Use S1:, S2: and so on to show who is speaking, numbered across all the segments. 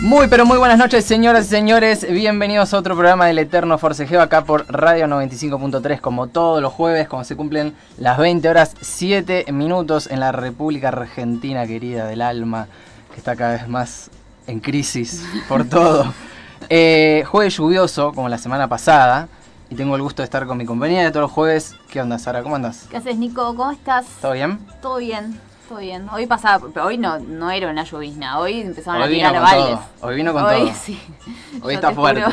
S1: Muy, pero muy buenas noches, señoras y señores. Bienvenidos a otro programa del Eterno Forcejeo acá por Radio 95.3, como todos los jueves, cuando se cumplen las 20 horas 7 minutos en la República Argentina, querida del alma, que está cada vez más en crisis por todo. Eh, jueves lluvioso, como la semana pasada, y tengo el gusto de estar con mi compañera de todos los jueves. ¿Qué onda, Sara? ¿Cómo andas?
S2: ¿Qué haces, Nico? ¿Cómo estás?
S1: ¿Todo bien?
S2: Todo bien, todo bien. Hoy pasaba, pero hoy no, no era una llovizna, hoy empezaron
S1: Hoy
S2: a
S1: vino
S2: tirar
S1: con
S2: baldes.
S1: todo, hoy vino con
S2: Hoy
S1: todo.
S2: sí. Yo
S1: está
S2: te
S1: fuerte.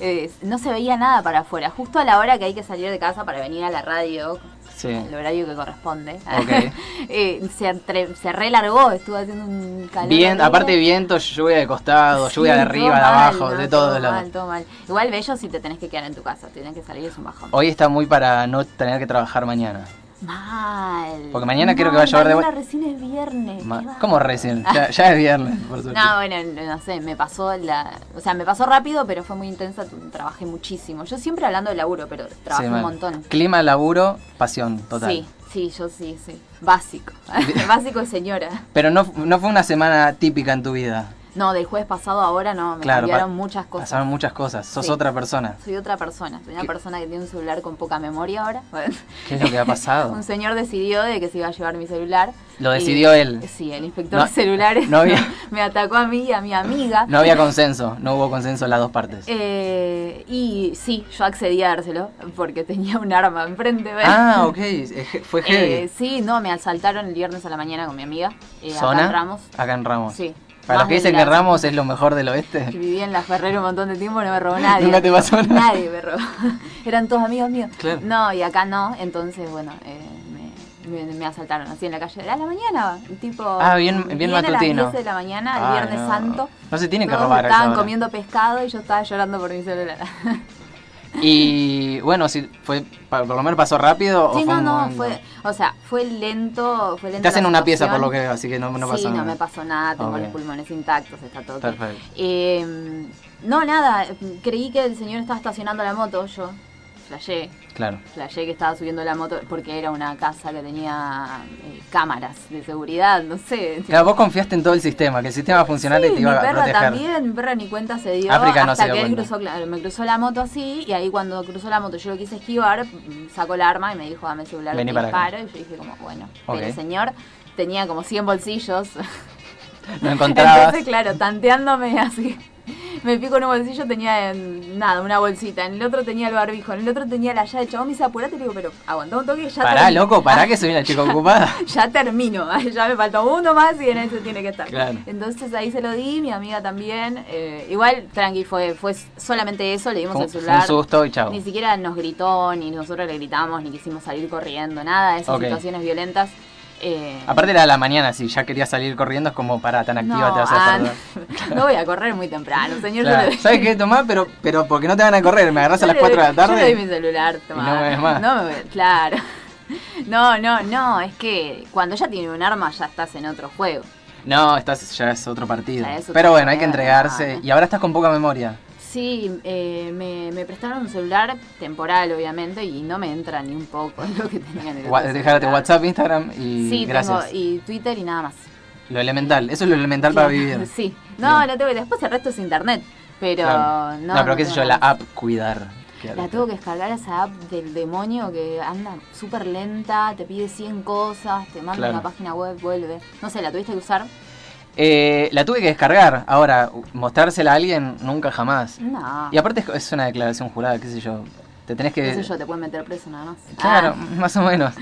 S2: eh, no se veía nada para afuera, justo a la hora que hay que salir de casa para venir a la radio,
S1: Sí.
S2: el horario que corresponde.
S1: Ok.
S2: eh, se, entre- se relargó, estuvo haciendo un calor.
S1: Bien,
S2: horrible.
S1: aparte viento, lluvia de costado,
S2: Sí,
S1: lluvia de
S2: todo
S1: arriba, de
S2: mal,
S1: abajo,
S2: ¿no?
S1: de todos
S2: Todo
S1: lados.
S2: mal, todo mal. Igual bello si te tenés que quedar en tu casa, tienes que salir es un bajón.
S1: Hoy está muy para no tener que trabajar mañana.
S2: Mal.
S1: Porque mañana creo que va a llover de
S2: mañana
S1: vuel-
S2: recién es viernes.
S1: Ma-
S2: qué va-
S1: ¿Cómo recién? Ya, ya es viernes, por suerte.
S2: No, bueno, no no sé, me pasó la... O sea, me pasó rápido, pero fue muy intensa, tu- trabajé muchísimo. Yo siempre hablando de laburo, pero trabajé
S1: Sí,
S2: un
S1: mal.
S2: montón.
S1: Clima, laburo, pasión, total.
S2: Sí, sí, yo sí, sí. Básico. Básico de señora.
S1: Pero no, no fue una semana típica en tu vida.
S2: No, del jueves pasado a ahora no, me
S1: claro.
S2: cambiaron
S1: pa-
S2: muchas cosas.
S1: Pasaron muchas cosas. Sos
S2: Sí.
S1: otra persona.
S2: Soy otra persona, soy una
S1: ¿Qué-
S2: persona que tiene un celular con poca memoria ahora.
S1: ¿Qué es lo que ha pasado?
S2: un señor decidió de que se iba a llevar mi celular.
S1: Lo
S2: y-
S1: decidió él.
S2: Sí, el inspector
S1: No-
S2: de celulares
S1: no había-
S2: me atacó a mí y a mi amiga.
S1: No había consenso, no hubo consenso en las dos partes.
S2: Eh, y sí, yo accedí a dárselo porque tenía un arma enfrente. ¿ves?
S1: Ah, ok, eh, je- fue
S2: Eh,
S1: heavy.
S2: sí, no, me asaltaron el viernes a la mañana con mi amiga. eh, acá
S1: ¿Zona?
S2: en Ramos.
S1: Acá en Ramos.
S2: Sí.
S1: Para los
S2: Más
S1: que dicen
S2: de
S1: que
S2: la-
S1: Ramos es lo mejor del
S2: Que
S1: oeste.
S2: viví en la Ferrera un montón de tiempo, no me robó nadie.
S1: Nunca te pasó nada.
S2: Nadie me robó. Eran todos amigos míos.
S1: Claro.
S2: No, y acá no, entonces, bueno, eh, me, me- me asaltaron así en la calle. A la mañana, tipo.
S1: Ah, bien- bien
S2: a las
S1: matutino.
S2: 10 de la mañana, el
S1: Ay,
S2: Viernes
S1: no.
S2: Santo.
S1: No se tienen que
S2: todos
S1: robar a esa
S2: Estaban
S1: hora.
S2: comiendo pescado y yo estaba llorando por mi celular.
S1: Y bueno, si fue, pa- por lo menos pasó rápido o
S2: Sí,
S1: Oh, fue
S2: no,
S1: un
S2: no,
S1: momento?
S2: fue, o sea, fue lento, fue lento.
S1: Estás
S2: la
S1: en una pieza por lo
S2: situación.
S1: que veo, así que no, no pasó
S2: sí,
S1: nada.
S2: no me pasó nada, tengo
S1: Ok.
S2: los pulmones intactos, está todo bien.
S1: Perfecto.
S2: Eh, no, nada, creí que el señor estaba estacionando la moto, yo flashé,
S1: Claro.
S2: flashé que estaba subiendo la moto porque era una casa que tenía eh, cámaras de seguridad, no sé.
S1: Claro, vos confiaste en todo el sistema, que el sistema funcionara y
S2: Sí,
S1: te
S2: mi
S1: iba a
S2: perra
S1: proteger.
S2: también, mi perra ni cuenta se dio
S1: África no
S2: hasta
S1: se dio
S2: que él
S1: cuenta.
S2: cruzó, claro, me cruzó la moto así y ahí cuando cruzó la moto yo lo quise esquivar, mm, sacó el arma y me dijo dame el celular
S1: Vení
S2: te
S1: para acá.
S2: disparo y yo dije como bueno,
S1: Ok.
S2: pero el señor tenía como 100 bolsillos,
S1: No encontrabas.
S2: entonces claro, tanteándome así. Me pico en un bolsillo, tenía en- nada, una bolsita, en el otro tenía el barbijo, en el otro tenía la llave, el chabón me dice apurate, le digo, pero aguantá un toque, ya Ah.
S1: Pará,
S2: termino".
S1: loco, pará que soy una chica ocupada.
S2: ya termino, ya me faltó uno más y en eso tiene que estar.
S1: Claro.
S2: Entonces ahí se lo di, mi amiga también. eh, igual, tranqui, fue, fue solamente eso, le dimos
S1: Fue un-
S2: el
S1: fue
S2: celular.
S1: un susto y chao.
S2: Ni siquiera nos gritó, ni nosotros le gritamos, ni quisimos salir corriendo, nada de esas
S1: Ok.
S2: situaciones violentas. eh,
S1: Aparte era la mañana, si ya querías salir corriendo, es como, pará, tan activa te vas a
S2: ah,
S1: perder.
S2: no voy a correr muy temprano, señor.
S1: Claro.
S2: yo le-
S1: ¿Sabes qué tomás? Pero, pero porque no te van a correr, me agarras a
S2: Yo
S1: las
S2: le
S1: 4 de
S2: doy-
S1: la
S2: Yo le doy
S1: tarde.
S2: mi celular, tomá.
S1: no me ves más.
S2: No me ves, claro. No, no, no, es que cuando ya tiene un arma ya estás en otro juego.
S1: No, estás, ya es otro partido.
S2: Ya es otro
S1: Pero bueno, hay que
S2: partido,
S1: entregarse.
S2: ah.
S1: Y ahora estás con poca memoria.
S2: Sí, eh, me, me prestaron un celular temporal, obviamente, y no me entra ni un poco lo que tenía en el
S1: Gua-
S2: otro
S1: Dejarte
S2: celular.
S1: WhatsApp, Instagram y
S2: Sí,
S1: gracias.
S2: tengo y Twitter y nada más.
S1: Lo elemental, eso es lo elemental para vivir.
S2: Sí. No,
S1: Bien.
S2: lo tengo. y Después el resto es internet, pero
S1: Claro.
S2: no.
S1: pero qué sé
S2: tengo
S1: yo, la
S2: nada.
S1: app cuidar.
S2: La tengo que descargar esa app del demonio que anda súper lenta, te pide 100 cosas, te manda
S1: Claro.
S2: una página web, vuelve. No sé, ¿la tuviste que usar?
S1: Eh, la tuve que descargar. Ahora, mostrársela a alguien nunca jamás.
S2: No.
S1: Y aparte es, es una declaración jurada, qué sé yo. Te tenés que.
S2: Qué sé yo, te pueden meter preso nada más.
S1: Claro,
S2: Ah.
S1: más o menos.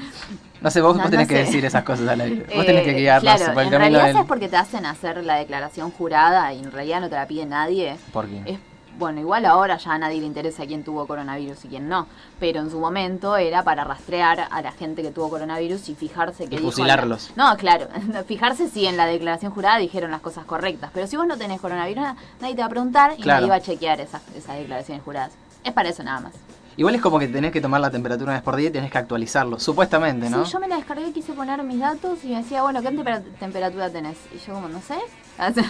S1: No sé, vos, vos
S2: No, no
S1: tenés que
S2: sé.
S1: decir esas cosas al aire. Vos
S2: Eh,
S1: tenés que guiarlos
S2: claro,
S1: por el
S2: en
S1: camino
S2: realidad
S1: del.
S2: es porque te hacen hacer la declaración jurada y en realidad no te la pide nadie.
S1: ¿Por qué?
S2: Es, bueno, igual ahora ya a nadie le interesa quién tuvo coronavirus y quién no, pero en su momento era para rastrear a la gente que tuvo coronavirus y fijarse que...
S1: Y
S2: dijo la-
S1: fusilarlos.
S2: no, claro, fijarse si en la declaración jurada dijeron las cosas correctas, pero si vos no tenés coronavirus, na- nadie te va a preguntar y
S1: Claro.
S2: nadie va a chequear esas, esas declaraciones juradas. Es para eso nada más.
S1: Igual es como que tenés que tomar la temperatura una vez por día y tenés que actualizarlo, supuestamente, ¿no?
S2: Sí, yo me la descargué y quise poner mis datos y me decía, bueno, ¿qué tempera- temperatura tenés? Y yo como, no sé.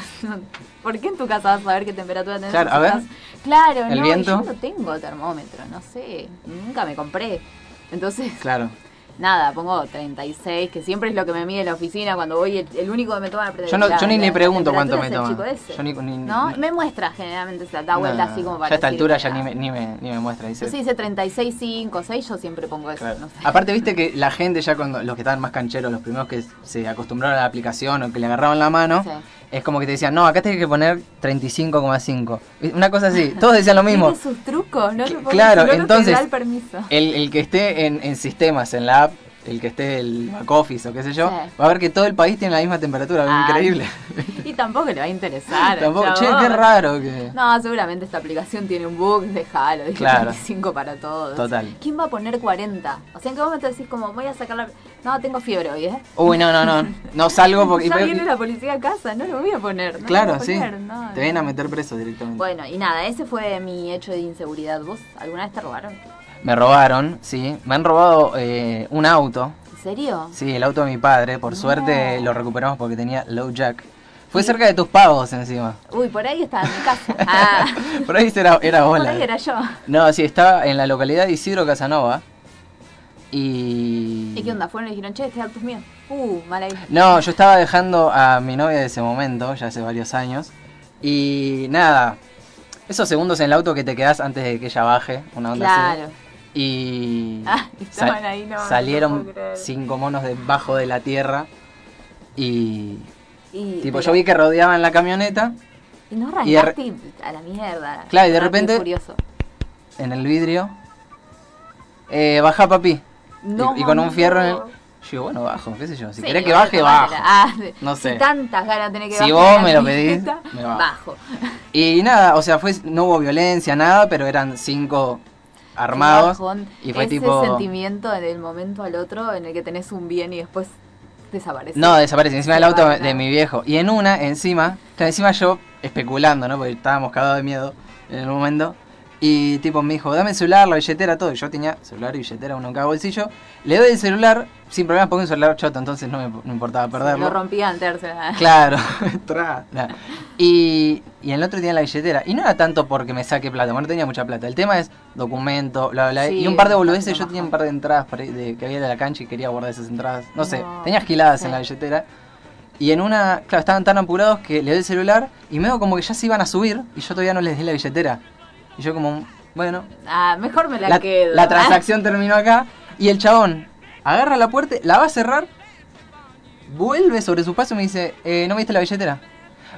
S2: ¿Por qué en tu casa vas a saber qué temperatura tenés?
S1: Claro,
S2: si
S1: a ver.
S2: estás- Claro,
S1: ¿El
S2: no,
S1: viento?
S2: yo no tengo termómetro, no sé. Nunca me compré. Entonces,
S1: Claro.
S2: nada, pongo 36, que siempre es lo que me mide la oficina cuando voy, el, el único que me toma la
S1: Yo, no-
S2: la-
S1: yo ni
S2: la-
S1: le
S2: la
S1: pregunto cuánto me
S2: temperatura
S1: toma.
S2: es el chico ese.
S1: Yo ni, ni-
S2: ¿No?
S1: no.
S2: Me muestra generalmente, se da
S1: No,
S2: vuelta
S1: no,
S2: así como
S1: no.
S2: para.
S1: Ya a esta
S2: decir,
S1: altura ya
S2: mira.
S1: ni me, ni me, ni me muestra, dice.
S2: Yo sí dice 36, 5, 6, yo siempre pongo eso.
S1: Claro. Ah,
S2: No sé.
S1: Aparte, viste que la gente ya cuando los que estaban más cancheros, los primeros que se acostumbraron a la aplicación o que le agarraban la mano,
S2: Sí.
S1: es como que te decían, no, acá tenés que poner 35,5. Una cosa así, todos decían lo mismo.
S2: Tiene sus trucos, ¿no?
S1: Cl-
S2: Lo pongo,
S1: claro,
S2: si no, no te
S1: entonces-
S2: da el permiso.
S1: El, el que esté en, en sistemas, en la app, el que esté el back office o qué sé yo,
S2: Sí.
S1: va a ver que todo el país tiene la misma temperatura,
S2: Ah,
S1: increíble.
S2: Y tampoco le va a interesar.
S1: Tampoco, che, qué
S2: chabón.
S1: raro que...
S2: No, seguramente esta aplicación tiene un bug, déjalo, dije
S1: Claro.
S2: 35 para todos.
S1: Total.
S2: ¿Quién va a poner 40? O sea, ¿en qué momento decís como voy a sacar la... No, tengo fiebre hoy, ¿eh?
S1: Uy, no, no, no, no salgo porque...
S2: ya
S1: pero-
S2: viene la policía a casa, no lo voy a poner. no
S1: claro,
S2: lo voy
S1: sí.
S2: a poner, no,
S1: te ven a
S2: no.
S1: meter preso directamente.
S2: Bueno, y nada, ese fue mi hecho de inseguridad. ¿Vos alguna vez te robaron?
S1: Me robaron, sí. Me han robado eh, un auto.
S2: ¿En serio?
S1: Sí, el auto de mi padre. Por
S2: No.
S1: suerte lo recuperamos porque tenía low jack. Fue cerca de tus pagos encima.
S2: Uy, por ahí estaba en mi casa. Ah,
S1: Por ahí era, era
S2: por
S1: bola.
S2: ahí era yo.
S1: No, sí, estaba en la localidad de Isidro Casanova. Y...
S2: ¿Y qué onda? Fueron y dijeron, che, este auto es mío. Uh, mal ahí.
S1: No, yo estaba dejando a mi novia de ese momento, ya hace varios años. Y nada, esos segundos en el auto que te quedás antes de que ella baje, una onda así.
S2: Claro.
S1: Y
S2: Ah, estaban ahí, no, no
S1: salieron
S2: puedo creer.
S1: cinco monos debajo de la tierra. Y
S2: Y,
S1: tipo,
S2: pero-
S1: yo vi que rodeaban la camioneta
S2: Y no
S1: y de
S2: arrancaste y a la mierda.
S1: Claro, y de
S2: Rápido
S1: repente-
S2: Furioso.
S1: en el vidrio. Eh, baja, papi. Y-
S2: No,
S1: y, con un fierro en el...
S2: no.
S1: Yo digo, bueno, bajo, qué sé yo. Si
S2: Sí,
S1: querés que
S2: bueno,
S1: baje,
S2: tomátela.
S1: bajo.
S2: Ah, sí.
S1: No sé.
S2: Si tantas ganas tenés que
S1: Si
S2: bajar
S1: vos
S2: la
S1: me lo pedís,
S2: camioneta,
S1: me bajo.
S2: bajo.
S1: Y nada, o sea, fue, no hubo violencia, nada, pero eran cinco armados.
S2: Qué bajón.
S1: Y fue
S2: Ese
S1: tipo...
S2: sentimiento del momento al otro en el que tenés un bien y después desaparece.
S1: No, desaparece, encima
S2: Se
S1: del auto
S2: va,
S1: de
S2: no.
S1: mi viejo. Y en una, encima, claro, encima yo especulando, ¿no? Porque estábamos cagados de miedo en el momento. Y tipo me dijo, dame el celular, la billetera, todo. Y yo tenía celular y billetera, uno en cada bolsillo. Le doy el celular, sin problemas, porque es un celular choto, entonces no me no importaba
S2: Lo
S1: perderlo.
S2: rompí antes. o sea.
S1: Claro, tra, nah. y, y en el otro tenía la billetera. Y no era tanto porque me saque plata, porque no tenía mucha plata. El tema es documento, bla, bla, bla.
S2: Sí,
S1: y un par de
S2: es
S1: boludeces,
S2: bastante
S1: yo tenía un
S2: bajón.
S1: par de entradas por ahí de, que había de la cancha y quería guardar esas entradas. No sé,
S2: No,
S1: tenía giladas
S2: sí.
S1: en la billetera. Y en una, claro, estaban tan apurados que le doy el celular y me veo como que ya se iban a subir y yo todavía no les di la billetera. Y yo como, bueno,
S2: Ah, mejor me la,
S1: la,
S2: quedo.
S1: la transacción terminó acá y el chabón agarra la puerta, la va a cerrar, vuelve sobre su paso y me dice, eh, ¿no me diste la billetera?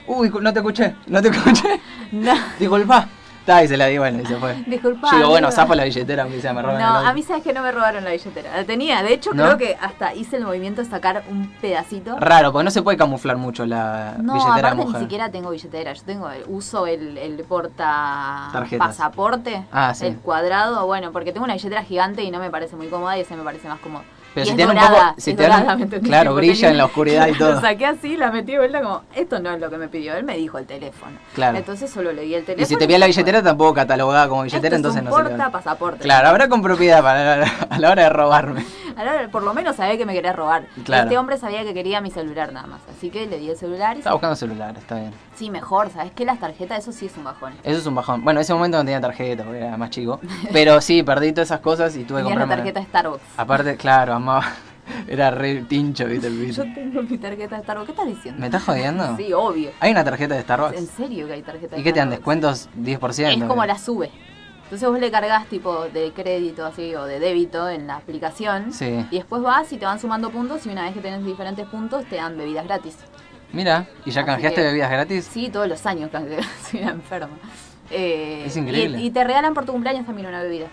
S1: Uy, cu- no te escuché, no te escuché.
S2: No.
S1: Disculpa. Ta, y se la di, bueno, y se fue.
S2: Disculpa,
S1: Yo digo, bueno,
S2: amigo.
S1: zapo la billetera, aunque sea, me roban el
S2: No,
S1: auto.
S2: a mí sabes que no me robaron la billetera. La tenía. De hecho,
S1: ¿No?
S2: creo que hasta hice el movimiento de sacar un pedacito.
S1: Raro, porque no se puede camuflar mucho la
S2: No,
S1: billetera de
S2: aparte
S1: mujer.
S2: ni siquiera tengo billetera. Yo tengo el, uso el, el porta
S1: Tarjetas.
S2: pasaporte,
S1: Ah, sí.
S2: el cuadrado. Bueno, porque tengo una billetera gigante y no me parece muy cómoda y ese me parece más cómodo.
S1: Pero
S2: Y
S1: si
S2: es
S1: tiene un
S2: dorada,
S1: poco- si
S2: es
S1: te dan un-
S2: dorada, ¿me entendés?
S1: claro,
S2: Tipo,
S1: brilla
S2: tenía-
S1: en la oscuridad y
S2: Claro,
S1: todo.
S2: Lo saqué así, la metí de vuelta como, esto no es lo que me pidió. Él me dijo el teléfono.
S1: Claro.
S2: Entonces solo le di el teléfono.
S1: Y si te pide la
S2: dije,
S1: billetera, tampoco catalogada como
S2: "Esto
S1: billetera,
S2: es
S1: entonces
S2: un
S1: no se le
S2: porta
S1: va.
S2: pasaporte.
S1: Claro, habrá con propiedad para a la hora de robarme.
S2: Ahora, por lo menos sabía que me quería robar.
S1: Claro.
S2: Este hombre sabía que quería mi celular nada más. Así que le di el celular y
S1: Estaba buscando celular, está bien.
S2: sí, mejor, ¿sabes qué? Las tarjetas, eso sí es un bajón.
S1: Eso es un bajón. Bueno, en ese momento no tenía tarjeta porque era más chico. Pero sí, perdí todas esas cosas y tuve que
S2: Tenía la
S1: comprarme. Ah,
S2: tarjeta de Starbucks.
S1: Aparte, claro, amaba. Era re tincho, viste el bicho.
S2: Yo tengo mi tarjeta de Starbucks. ¿Qué estás diciendo?
S1: ¿Me estás jodiendo?
S2: Sí, obvio.
S1: Hay una tarjeta de
S2: En
S1: Starbucks.
S2: serio que hay tarjeta de
S1: ¿Y qué te dan?
S2: Starbucks.
S1: ¿Descuentos 10%?
S2: Es como la sube. Entonces vos le cargas tipo de crédito así o de débito en la aplicación.
S1: Sí.
S2: Y después vas y te van sumando puntos y una vez que tenés diferentes puntos te dan bebidas gratis.
S1: Mira, ¿y ya
S2: Así
S1: canjeaste
S2: que-
S1: bebidas gratis?
S2: Sí, todos los años que soy una enferma. Eh,
S1: Es increíble.
S2: Y, y te regalan por tu cumpleaños también una bebida.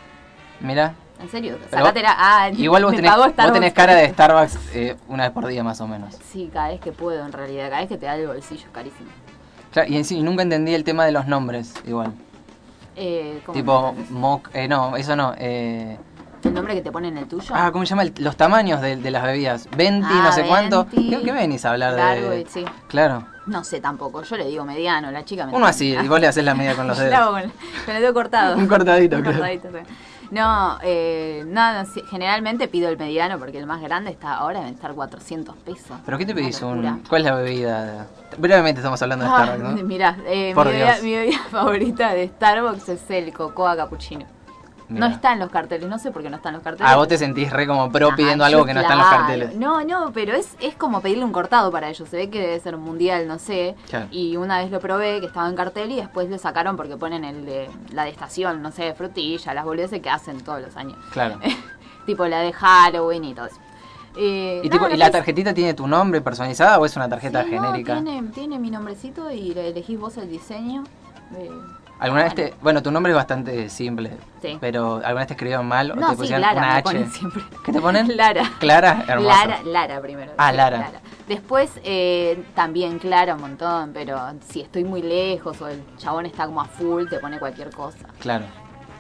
S1: Mira.
S2: En serio,
S1: Pero
S2: sacatela. Ah,
S1: Igual vos
S2: me
S1: tenés,
S2: pagó
S1: vos
S2: Starbucks.
S1: tenés cara de Starbucks eh, una vez por día más o menos.
S2: Sí, cada vez que puedo, en realidad. Cada vez que te da el bolsillo, es carísimo.
S1: Claro, y, en sí- y nunca entendí el tema de los nombres, igual.
S2: Eh, ¿cómo
S1: Tipo,
S2: me entendés?
S1: moc, eh, no, eso no. Eh,
S2: ¿El nombre que te ponen en el tuyo?
S1: Ah, ¿cómo se llama? el- los tamaños de, de las bebidas. 20,
S2: Ah,
S1: no sé cuánto.
S2: 20.
S1: ¿Qué, qué venís a hablar
S2: Largo
S1: de...?
S2: y- sí.
S1: Claro.
S2: No sé tampoco. Yo le digo mediano, la chica me
S1: Uno así, y vos le haces la media con los
S2: Yo la hago
S1: dedos.
S2: con, con el dedo cortado.
S1: Un cortadito,
S2: Un
S1: claro.
S2: cortadito, sí. No, eh, nada, sí, generalmente pido el mediano porque el más grande está ahora deben estar 400 pesos.
S1: ¿Pero qué te
S2: Una
S1: pedís?
S2: locura.
S1: Un, ¿Cuál es la bebida? Brevemente estamos hablando de
S2: Ah,
S1: Starbucks, ¿no?
S2: Mirá, eh, mi,
S1: Por
S2: bebida,
S1: Dios.
S2: mi bebida favorita de Starbucks es el cocoa cappuccino.
S1: Mira.
S2: No están los carteles, no sé por qué no están los carteles.
S1: Ah, vos te sentís re como pro
S2: Ajá,
S1: pidiendo
S2: Ah, yo,
S1: algo que no está en los
S2: claro.
S1: carteles.
S2: No, no, pero es, es como pedirle un cortado para ellos. Se ve que debe ser mundial, no sé.
S1: Claro.
S2: Y una vez lo probé, que estaba en cartel y después lo sacaron porque ponen el de la de estación, no sé, de frutilla, las boludeces que hacen todos los años.
S1: Claro.
S2: tipo la de Halloween y todo eso. Eh,
S1: ¿Y, tipo,
S2: nada,
S1: ¿y la
S2: no sé-
S1: tarjetita tiene tu nombre personalizada o es una tarjeta
S2: Sí, no,
S1: genérica?
S2: tiene, tiene mi nombrecito y le elegís vos el diseño. eh,
S1: ¿Alguna vez
S2: bueno.
S1: te.? Bueno, tu nombre es bastante simple.
S2: Sí.
S1: Pero ¿alguna vez te escribieron mal o
S2: No,
S1: te
S2: sí,
S1: pusieron
S2: Lara
S1: una
S2: me
S1: H?
S2: ponen siempre.
S1: ¿Qué te ponen?
S2: Lara.
S1: Clara, hermoso.
S2: Lara, Lara primero.
S1: Ah,
S2: sí,
S1: Lara.
S2: Después eh, también Clara un montón, pero si estoy muy lejos o el chabón está como a full, te pone cualquier cosa.
S1: Claro,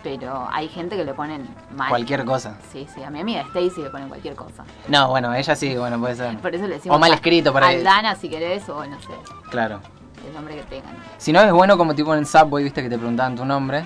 S2: Pero hay gente que le ponen mal.
S1: cualquier cosa.
S2: Sí, sí, a mi amiga Stacy le ponen cualquier cosa.
S1: No, bueno, ella sí, bueno, puede ser.
S2: Por eso le decimos.
S1: O mal
S2: a-
S1: escrito por ahí.
S2: Aldana, si querés, o no sé,
S1: Claro.
S2: el nombre que tengan.
S1: Si no es bueno como tipo en Subway, viste que te preguntaban tu nombre.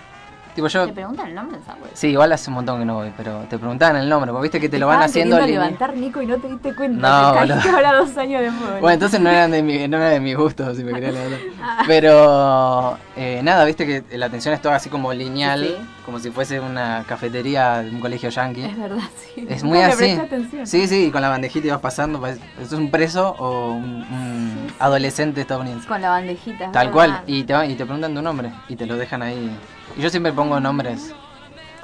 S1: Tipo yo.
S2: ¿Te preguntan el nombre del sabor?
S1: Sí, igual hace un montón que no voy, pero te preguntaban el nombre, porque viste que te lo van
S2: estaban
S1: haciendo.
S2: queriendo
S1: línea-
S2: levantar, Nico, y no te diste cuenta.
S1: No,
S2: te caíste
S1: boludo.
S2: ahora dos años de fútbol.
S1: Bueno, entonces no eran de mi, no era de mi gusto, si me querías
S2: Ah.
S1: levantar. Pero eh, nada, viste que la atención es toda así como lineal,
S2: Sí, sí.
S1: como si fuese una cafetería de un colegio
S2: Es
S1: yankee.
S2: verdad, sí.
S1: Es
S2: No
S1: muy
S2: le
S1: así.
S2: presté atención.
S1: Sí, sí, y con la bandejita ibas pasando. parece- ¿Esto es un preso o un, un adolescente estadounidense?
S2: Con la bandejita. es
S1: Tal
S2: verdad.
S1: cual. Y te, va- y te preguntan tu nombre y te lo dejan ahí. Y yo siempre pongo nombres.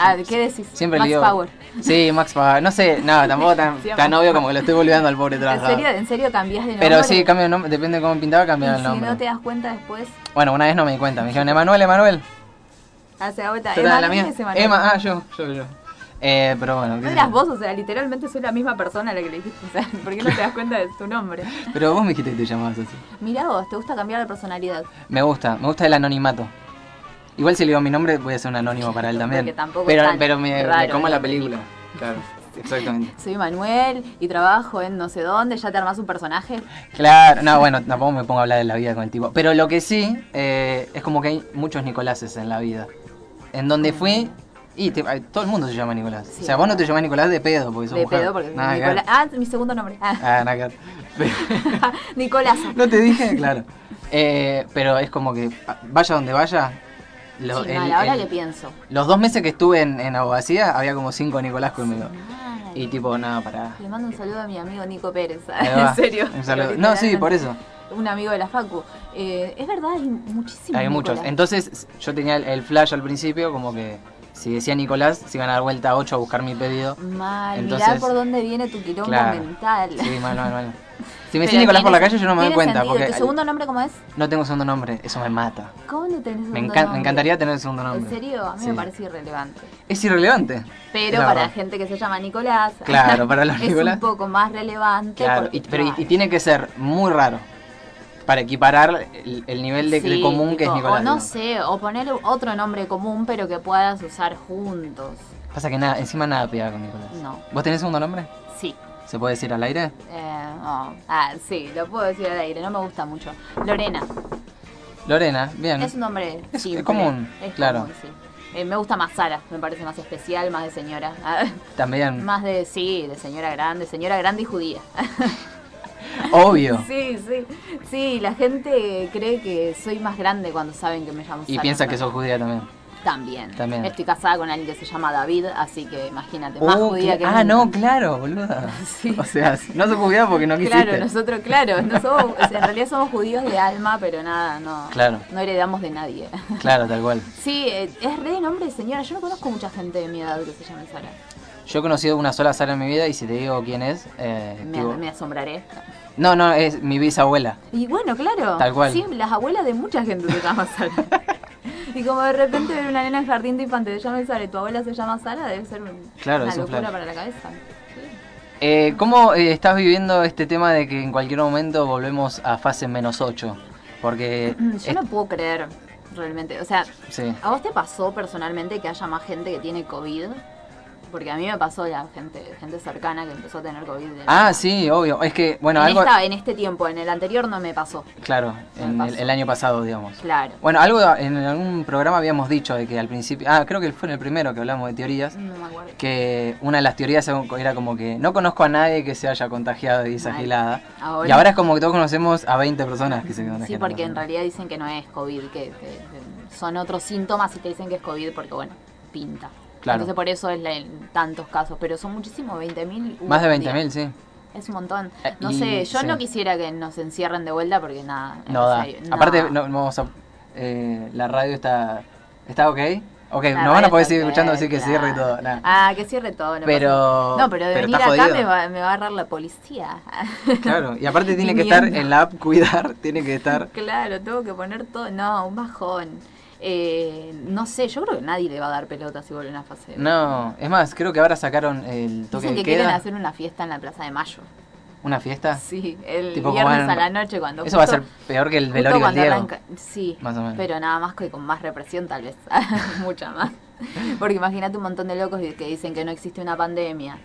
S2: Ah, ¿qué decís?
S1: Siempre
S2: Max
S1: le digo.
S2: Power.
S1: Sí, Max Power. No sé, no, tampoco tan,
S2: Sí, a
S1: tan
S2: Max
S1: obvio como que lo estoy volviendo al pobre
S2: ¿En
S1: trabajador.
S2: serio, ¿En serio cambiás de nombre?
S1: Pero sí, cambio de nombre, depende de cómo pintaba, cambiaba
S2: Y
S1: el
S2: si
S1: nombre.
S2: no te das cuenta después,
S1: Bueno, una vez no me di cuenta, me dijeron, Emanuel, Emanuel.
S2: hace la vuelta.
S1: Yo era
S2: Emma,
S1: la
S2: ¿quién
S1: mía.
S2: es Emanuel?
S1: Emma, ah, yo, yo, yo. Eh, pero bueno, qué
S2: No
S1: sé
S2: eras
S1: yo.
S2: vos, o sea, literalmente soy la misma persona a la que le dijiste. O sea, ¿por qué no te das cuenta de tu nombre?
S1: Pero vos me dijiste que te llamabas así.
S2: Mirá vos, te gusta cambiar de personalidad.
S1: Me gusta, me gusta el anonimato. Igual si le digo mi nombre, voy a ser un anónimo para él también.
S2: Porque tampoco
S1: pero
S2: es tan
S1: pero me, me
S2: raro
S1: como
S2: el
S1: la
S2: nombre.
S1: película. Claro, exactamente.
S2: Soy Manuel y trabajo en no sé dónde, ya te armás un personaje.
S1: Claro, no, bueno, tampoco me pongo a hablar de la vida con el tipo. Pero lo que sí, eh, es como que hay muchos Nicoláses en la vida. En donde fui, y te- ay, todo el mundo se llama Nicolás.
S2: Sí,
S1: o sea, vos no
S2: verdad.
S1: te llamás Nicolás de pedo, porque sos
S2: De
S1: mujer.
S2: pedo, porque
S1: Nada que ver.
S2: Nicolás. Ah, mi segundo nombre. Ah,
S1: Ah, nada que ver.
S2: Nicolás.
S1: No te dije, claro. Eh, pero es como que ah, vaya donde vaya. lo-
S2: Sí,
S1: el-
S2: mal, ahora
S1: el-
S2: que pienso.
S1: los dos meses que estuve en, en abogacía había como cinco Nicolás conmigo.
S2: Mal.
S1: Y tipo, nada, para.
S2: Le mando un saludo a mi amigo Nico Pérez.
S1: Ahí va.
S2: en serio.
S1: Un saludo. No, sí, por eso.
S2: Un amigo de la Facu. Eh, es verdad, hay muchísimos.
S1: Hay muchos.
S2: Nicolás.
S1: Entonces yo tenía el, el flash al principio, como que si decía Nicolás, se iban a dar vuelta 8 a buscar mi pedido.
S2: Mal, mirá
S1: Entonces-
S2: por dónde viene tu quilombo
S1: Claro.
S2: mental.
S1: Sí, mal, mal, mal. Si me
S2: Pero
S1: decís Nicolás por la
S2: tiene-
S1: calle, yo no me doy
S2: tiene
S1: cuenta,
S2: sentido.
S1: porque
S2: ¿Tu segundo nombre cómo es?
S1: no tengo segundo nombre, eso me mata.
S2: ¿Cómo no tenés segundo
S1: Me, encan-
S2: nombre?
S1: me encantaría tener el segundo nombre.
S2: ¿En serio? A mí
S1: Sí.
S2: me parece irrelevante.
S1: Es irrelevante.
S2: Pero
S1: Es la
S2: para
S1: verdad.
S2: gente que se llama Nicolás.
S1: Claro, para los
S2: es
S1: Nicolás.
S2: un poco más relevante.
S1: Claro,
S2: porque-
S1: y, pero y, y tiene que ser muy raro para equiparar el, el nivel de, de
S2: Sí,
S1: común que es
S2: tipo,
S1: Nicolás.
S2: O no
S1: digamos.
S2: sé, o poner otro nombre común, pero que puedas usar juntos.
S1: Pasa que nada, encima nada pegaba con Nicolás.
S2: No.
S1: ¿Vos tenés segundo nombre?
S2: Sí.
S1: ¿Se puede decir al aire?
S2: Eh, no. Ah, sí, lo puedo decir al aire, no me gusta mucho. Lorena,
S1: Lorena, bien.
S2: es un nombre
S1: Es-
S2: simple.
S1: es común,
S2: Es
S1: claro.
S2: común, sí. Eh, me gusta más Sara, me parece más especial, más de señora. Ah,
S1: También,
S2: más de, sí, de señora grande, señora grande y judía.
S1: obvio.
S2: Sí, sí. Sí, la gente cree que soy más grande cuando saben que me llamo
S1: Y
S2: Sara.
S1: piensa que sos judía también.
S2: También.
S1: También.
S2: Estoy casada con alguien que se llama David, así que imagínate, más
S1: Oh,
S2: judía
S1: cla-
S2: que
S1: ah,
S2: nunca.
S1: no, claro, boluda.
S2: Sí.
S1: O sea, no sos judía porque no quisiste.
S2: Claro, nosotros, claro, no somos- en realidad somos judíos de alma, pero nada, no,
S1: Claro.
S2: no heredamos de nadie.
S1: Claro, tal cual.
S2: Sí, eh, es re de nombre de señora, yo no conozco mucha gente de mi edad que se llame Sara.
S1: Yo he conocido una sola Sara en mi vida y si te digo quién es, eh,
S2: Me,
S1: tipo-
S2: me asombraré.
S1: No, no, es mi bisabuela.
S2: Y bueno, claro.
S1: Tal cual.
S2: Sí, las abuelas de mucha gente se llaman Sara. y como de repente ver una nena en jardín de infante se llama Sara y tu abuela se llama Sara, debe ser un-
S1: Claro,
S2: una
S1: es un
S2: locura
S1: flash.
S2: para la cabeza. Sí.
S1: Eh, ¿Cómo eh, estás viviendo este tema de que en cualquier momento volvemos a fase menos 8? Porque...
S2: Yo no puedo creer, realmente. O sea,
S1: Sí.
S2: ¿A vos te pasó personalmente que haya más gente que tiene COVID? Porque a mí me pasó la gente, gente cercana que empezó a tener COVID. de la-
S1: Ah, sí, obvio. Es que, bueno,
S2: en,
S1: algo...
S2: esta- en este tiempo, en el anterior no me pasó.
S1: Claro,
S2: Me
S1: en el,
S2: pasó.
S1: el año pasado, digamos.
S2: Claro.
S1: Bueno, algo en algún programa habíamos dicho de que al principio... Ah, creo que fue en el primero que hablamos de teorías.
S2: No me acuerdo.
S1: Que una de las teorías era como que no conozco a nadie que se haya contagiado de esa
S2: Mal.
S1: gilada.
S2: Ahora-
S1: Y ahora es como que todos conocemos a 20 personas que se contagiaron.
S2: Sí, porque en realidad dicen que no es COVID, que, que- que son otros síntomas y te dicen que es COVID porque, bueno, pinta.
S1: Claro.
S2: Entonces por eso es la- en tantos casos, pero son muchísimos, 20.000. hubo
S1: Más de
S2: un
S1: 20.000,
S2: día.
S1: sí.
S2: Es un montón.
S1: Eh,
S2: No
S1: y-
S2: sé, yo
S1: sí.
S2: no quisiera que nos encierren de vuelta porque nada. en
S1: No da.
S2: serio,
S1: Aparte, no, vamos a. eh, la radio está. ¿Está ok? Ok,
S2: La
S1: eh, no van a
S2: radio
S1: poder
S2: está
S1: seguir
S2: ok,
S1: escuchando, así que
S2: claro.
S1: cierre todo. nah.
S2: Ah, que cierre todo. No pasa
S1: pero.
S2: nada. No, pero de venir
S1: está
S2: acá
S1: jodido.
S2: me va, me va a agarrar la policía.
S1: Claro, y aparte tiene que estar
S2: Viniendo.
S1: en la app cuidar, tiene que estar.
S2: Claro, tengo que poner todo. No, un bajón. Eh, no sé, yo creo que nadie le va a dar pelota si vuelven a fase.
S1: No, es más, creo que ahora sacaron el toque
S2: Dicen que
S1: de queda.
S2: quieren hacer una fiesta en la Plaza de Mayo.
S1: ¿Una fiesta?
S2: Sí, el
S1: Tipo como
S2: viernes
S1: en-
S2: a la noche cuando.
S1: Eso va a
S2: justo-
S1: ser peor que el
S2: justo
S1: velorio del
S2: cuando
S1: Diego.
S2: arranca- Sí,
S1: Más o menos.
S2: pero nada más que con más represión tal vez. Mucha más. Porque imagínate un montón de locos que dicen que no existe una pandemia.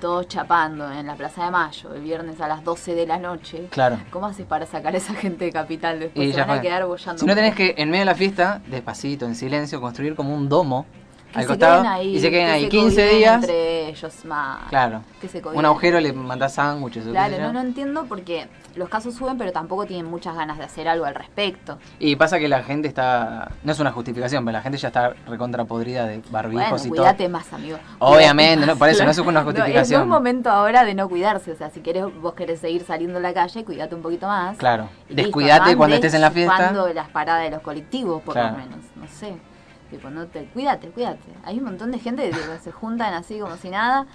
S2: Todos chapando en la Plaza de Mayo el viernes a las 12 de la noche.
S1: Claro.
S2: ¿Cómo haces para sacar a esa gente de capital después?
S1: Y
S2: Pues Se
S1: ya
S2: van a
S1: fue.
S2: quedar bollando.
S1: Si no tenés que, en medio de la fiesta, despacito, en silencio, construir como un domo
S2: Que
S1: al
S2: se
S1: costado
S2: queden ahí,
S1: y se queden
S2: que
S1: ahí
S2: se
S1: 15
S2: codien
S1: días.
S2: Entre ellos más.
S1: Claro.
S2: Que se
S1: Un
S2: codien.
S1: agujero le mandás sándwiches. o qué
S2: Claro,
S1: sé yo.
S2: no, no entiendo porque los casos suben, pero tampoco tienen muchas ganas de hacer algo al respecto.
S1: Y pasa que la gente está. No es una justificación, pero la gente ya está recontra podrida de
S2: Bueno,
S1: barbijos y todo.
S2: cuídate más, amigo.
S1: Obviamente,
S2: Cuídate
S1: no, por eso,
S2: más.
S1: no es una justificación.
S2: es un momento ahora de no cuidarse. O sea, si querés, vos querés seguir saliendo a la calle, cuídate un poquito más.
S1: Claro.
S2: Y listo,
S1: Descuídate
S2: andá
S1: cuando estés en la fiesta.
S2: deschupando las paradas de los colectivos, por
S1: Claro.
S2: lo menos. No sé. Tipo, no te, cuídate, cuídate. Hay un montón de gente que tipo, se juntan así como si nada.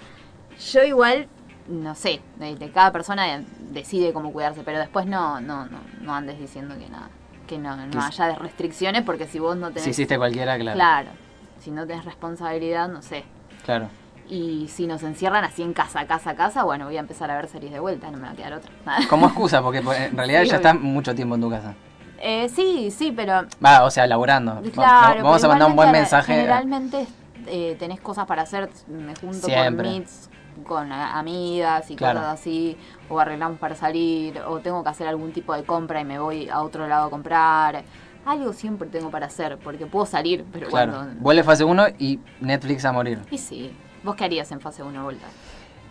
S2: Yo igual, no sé. de- de cada persona decide cómo cuidarse, pero después no, no, no, no andes diciendo que nada. Que no, no
S1: Que-
S2: haya restricciones, porque si vos no tenés.
S1: Si hiciste cualquiera, claro. Claro.
S2: Claro. Si no tenés responsabilidad, no sé.
S1: claro.
S2: Y si nos encierran así en casa, casa, casa, bueno, voy a empezar a ver series de vuelta, no me va a quedar otra.
S1: Como excusa, porque pues, en realidad
S2: Sí,
S1: ya estás
S2: obvio.
S1: mucho tiempo en tu casa.
S2: Eh, sí, sí, pero.
S1: Va, o sea, laburando. Va-
S2: Claro,
S1: no, Ah, vamos a
S2: pero
S1: mandar un buen
S2: igualmente,
S1: mensaje.
S2: Generalmente eh, tenés cosas para hacer, me junto
S1: Siempre.
S2: con meets, con a- amigas y
S1: Claro.
S2: cosas así, o arreglamos para salir, o tengo que hacer algún tipo de compra y me voy a otro lado a comprar. Algo siempre tengo para hacer, porque puedo salir, pero
S1: Claro.
S2: cuando.
S1: Vuelve fase 1 y Netflix a morir.
S2: Y sí. ¿Vos qué harías en fase 1 vuelta?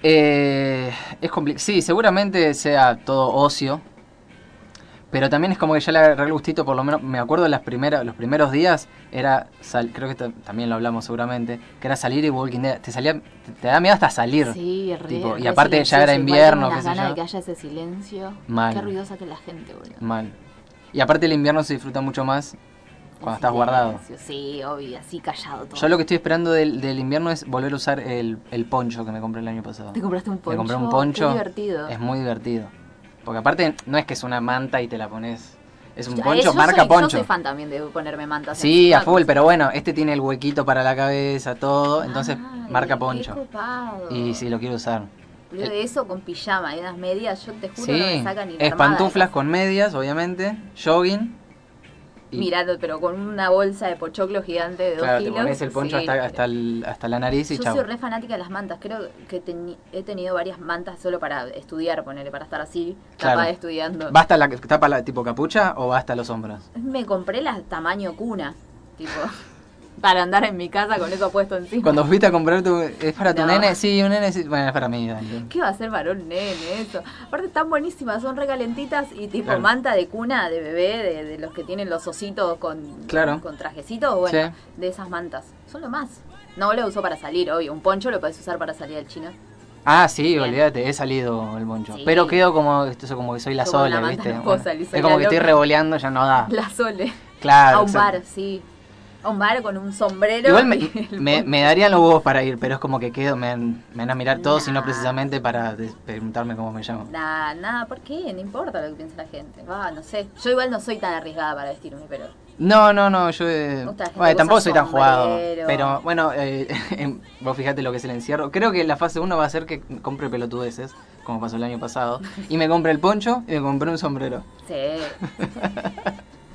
S1: Eh, es complicado. Sí, seguramente sea todo ocio. Pero también es como que ya le agarré el gustito, por lo menos me acuerdo de las primeras, los primeros días, era, sal- creo que esto también lo hablamos seguramente, que era salir y Walking Dead, te salía, te, te da miedo hasta salir.
S2: Sí, re,
S1: Tipo, y
S2: re
S1: aparte ya era
S2: silencioso, igual
S1: invierno,
S2: tengo
S1: qué
S2: unas
S1: sé
S2: ganas
S1: yo.
S2: de que haya ese silencio.
S1: Mal.
S2: Qué ruidosa que la gente, boludo.
S1: Mal. Y aparte el invierno se disfruta mucho más cuando
S2: El
S1: estás guardado.
S2: silencio, Sí, obvio, así callado todo.
S1: Yo lo que estoy esperando del, del invierno es volver a usar el, el poncho que me compré el año pasado.
S2: Te compraste un poncho.
S1: Me compré un
S2: qué
S1: poncho.
S2: divertido.
S1: Es muy divertido. Porque aparte no es que es una manta y te la pones. Es un
S2: Yo-
S1: poncho,
S2: yo
S1: marca
S2: soy-
S1: poncho.
S2: Yo soy fan también de ponerme mantas.
S1: Sí, a
S2: encima.
S1: full, pero bueno, este tiene el huequito para la cabeza,
S2: Ah,
S1: todo, entonces
S2: Ay,
S1: marca
S2: qué
S1: poncho.
S2: copado.
S1: Y sí, lo quiero usar.
S2: Boludo, Eso con pijama y unas medias, yo te juro no
S1: Sí,
S2: me sacan ni la
S1: es
S2: armada de
S1: pantuflas
S2: casa.
S1: con medias, obviamente, jogging. y-
S2: Mirá, pero con una bolsa de pochoclo gigante de dos
S1: claro, te
S2: kilos.
S1: pones el poncho
S2: sí,
S1: hasta, hasta, el- hasta la nariz y
S2: Yo
S1: chao.
S2: soy re fanática de las mantas. Creo que teni- he tenido varias mantas solo para estudiar, ponerle, para estar así,
S1: Claro.
S2: tapada estudiando.
S1: ¿Basta la tapa la tipo capucha o basta los hombros?
S2: Me compré las tamaño cuna, tipo, para andar en mi casa con eso puesto encima.
S1: Cuando fuiste a comprar tu. ¿Es para tu
S2: No.
S1: nene? Sí, un nene. sí. Bueno, es para mí. dale.
S2: ¿Qué va a ser varón nene eso? Aparte están buenísimas, son recalentitas y tipo
S1: Claro.
S2: manta de cuna de bebé, de, de los que tienen los ositos con,
S1: Claro.
S2: con trajecitos, bueno,
S1: Sí.
S2: de esas mantas. Son lo más. No lo uso para salir, obvio. Un poncho lo puedes usar para salir al chino.
S1: Ah, sí,
S2: Bien.
S1: olvídate, he salido el moncho.
S2: Sí.
S1: Pero quedo como, esto, como que soy la
S2: Como la
S1: sola,
S2: manta
S1: ¿viste?
S2: no puedo
S1: Bueno,
S2: salir, soy
S1: es como
S2: la
S1: que estoy
S2: loca.
S1: revoleando, ya no da.
S2: La sole.
S1: Claro.
S2: a un
S1: exacto.
S2: bar, sí. A un bar con un sombrero.
S1: Ah, Igual me,
S2: y el
S1: me-
S2: poncho.
S1: me darían los huevos para ir, pero es como que quedo, me, van- me van a mirar todos y no
S2: Nah.
S1: precisamente para des- preguntarme cómo me llamo.
S2: Nada, nada, ¿por qué? No importa lo que piensa la gente. Va, no sé. Yo igual no soy tan arriesgada para vestirme, pero.
S1: No, no, no, yo eh,
S2: gusta la gente
S1: bueno,
S2: que
S1: tampoco
S2: usa
S1: soy tan jugado.
S2: sombrero.
S1: Pero bueno, eh, em, vos fijate lo que es el encierro. Creo que la fase 1 va a ser que compre pelotudeces, como pasó el año pasado. Y me compré el poncho y me compré un sombrero.
S2: Sí.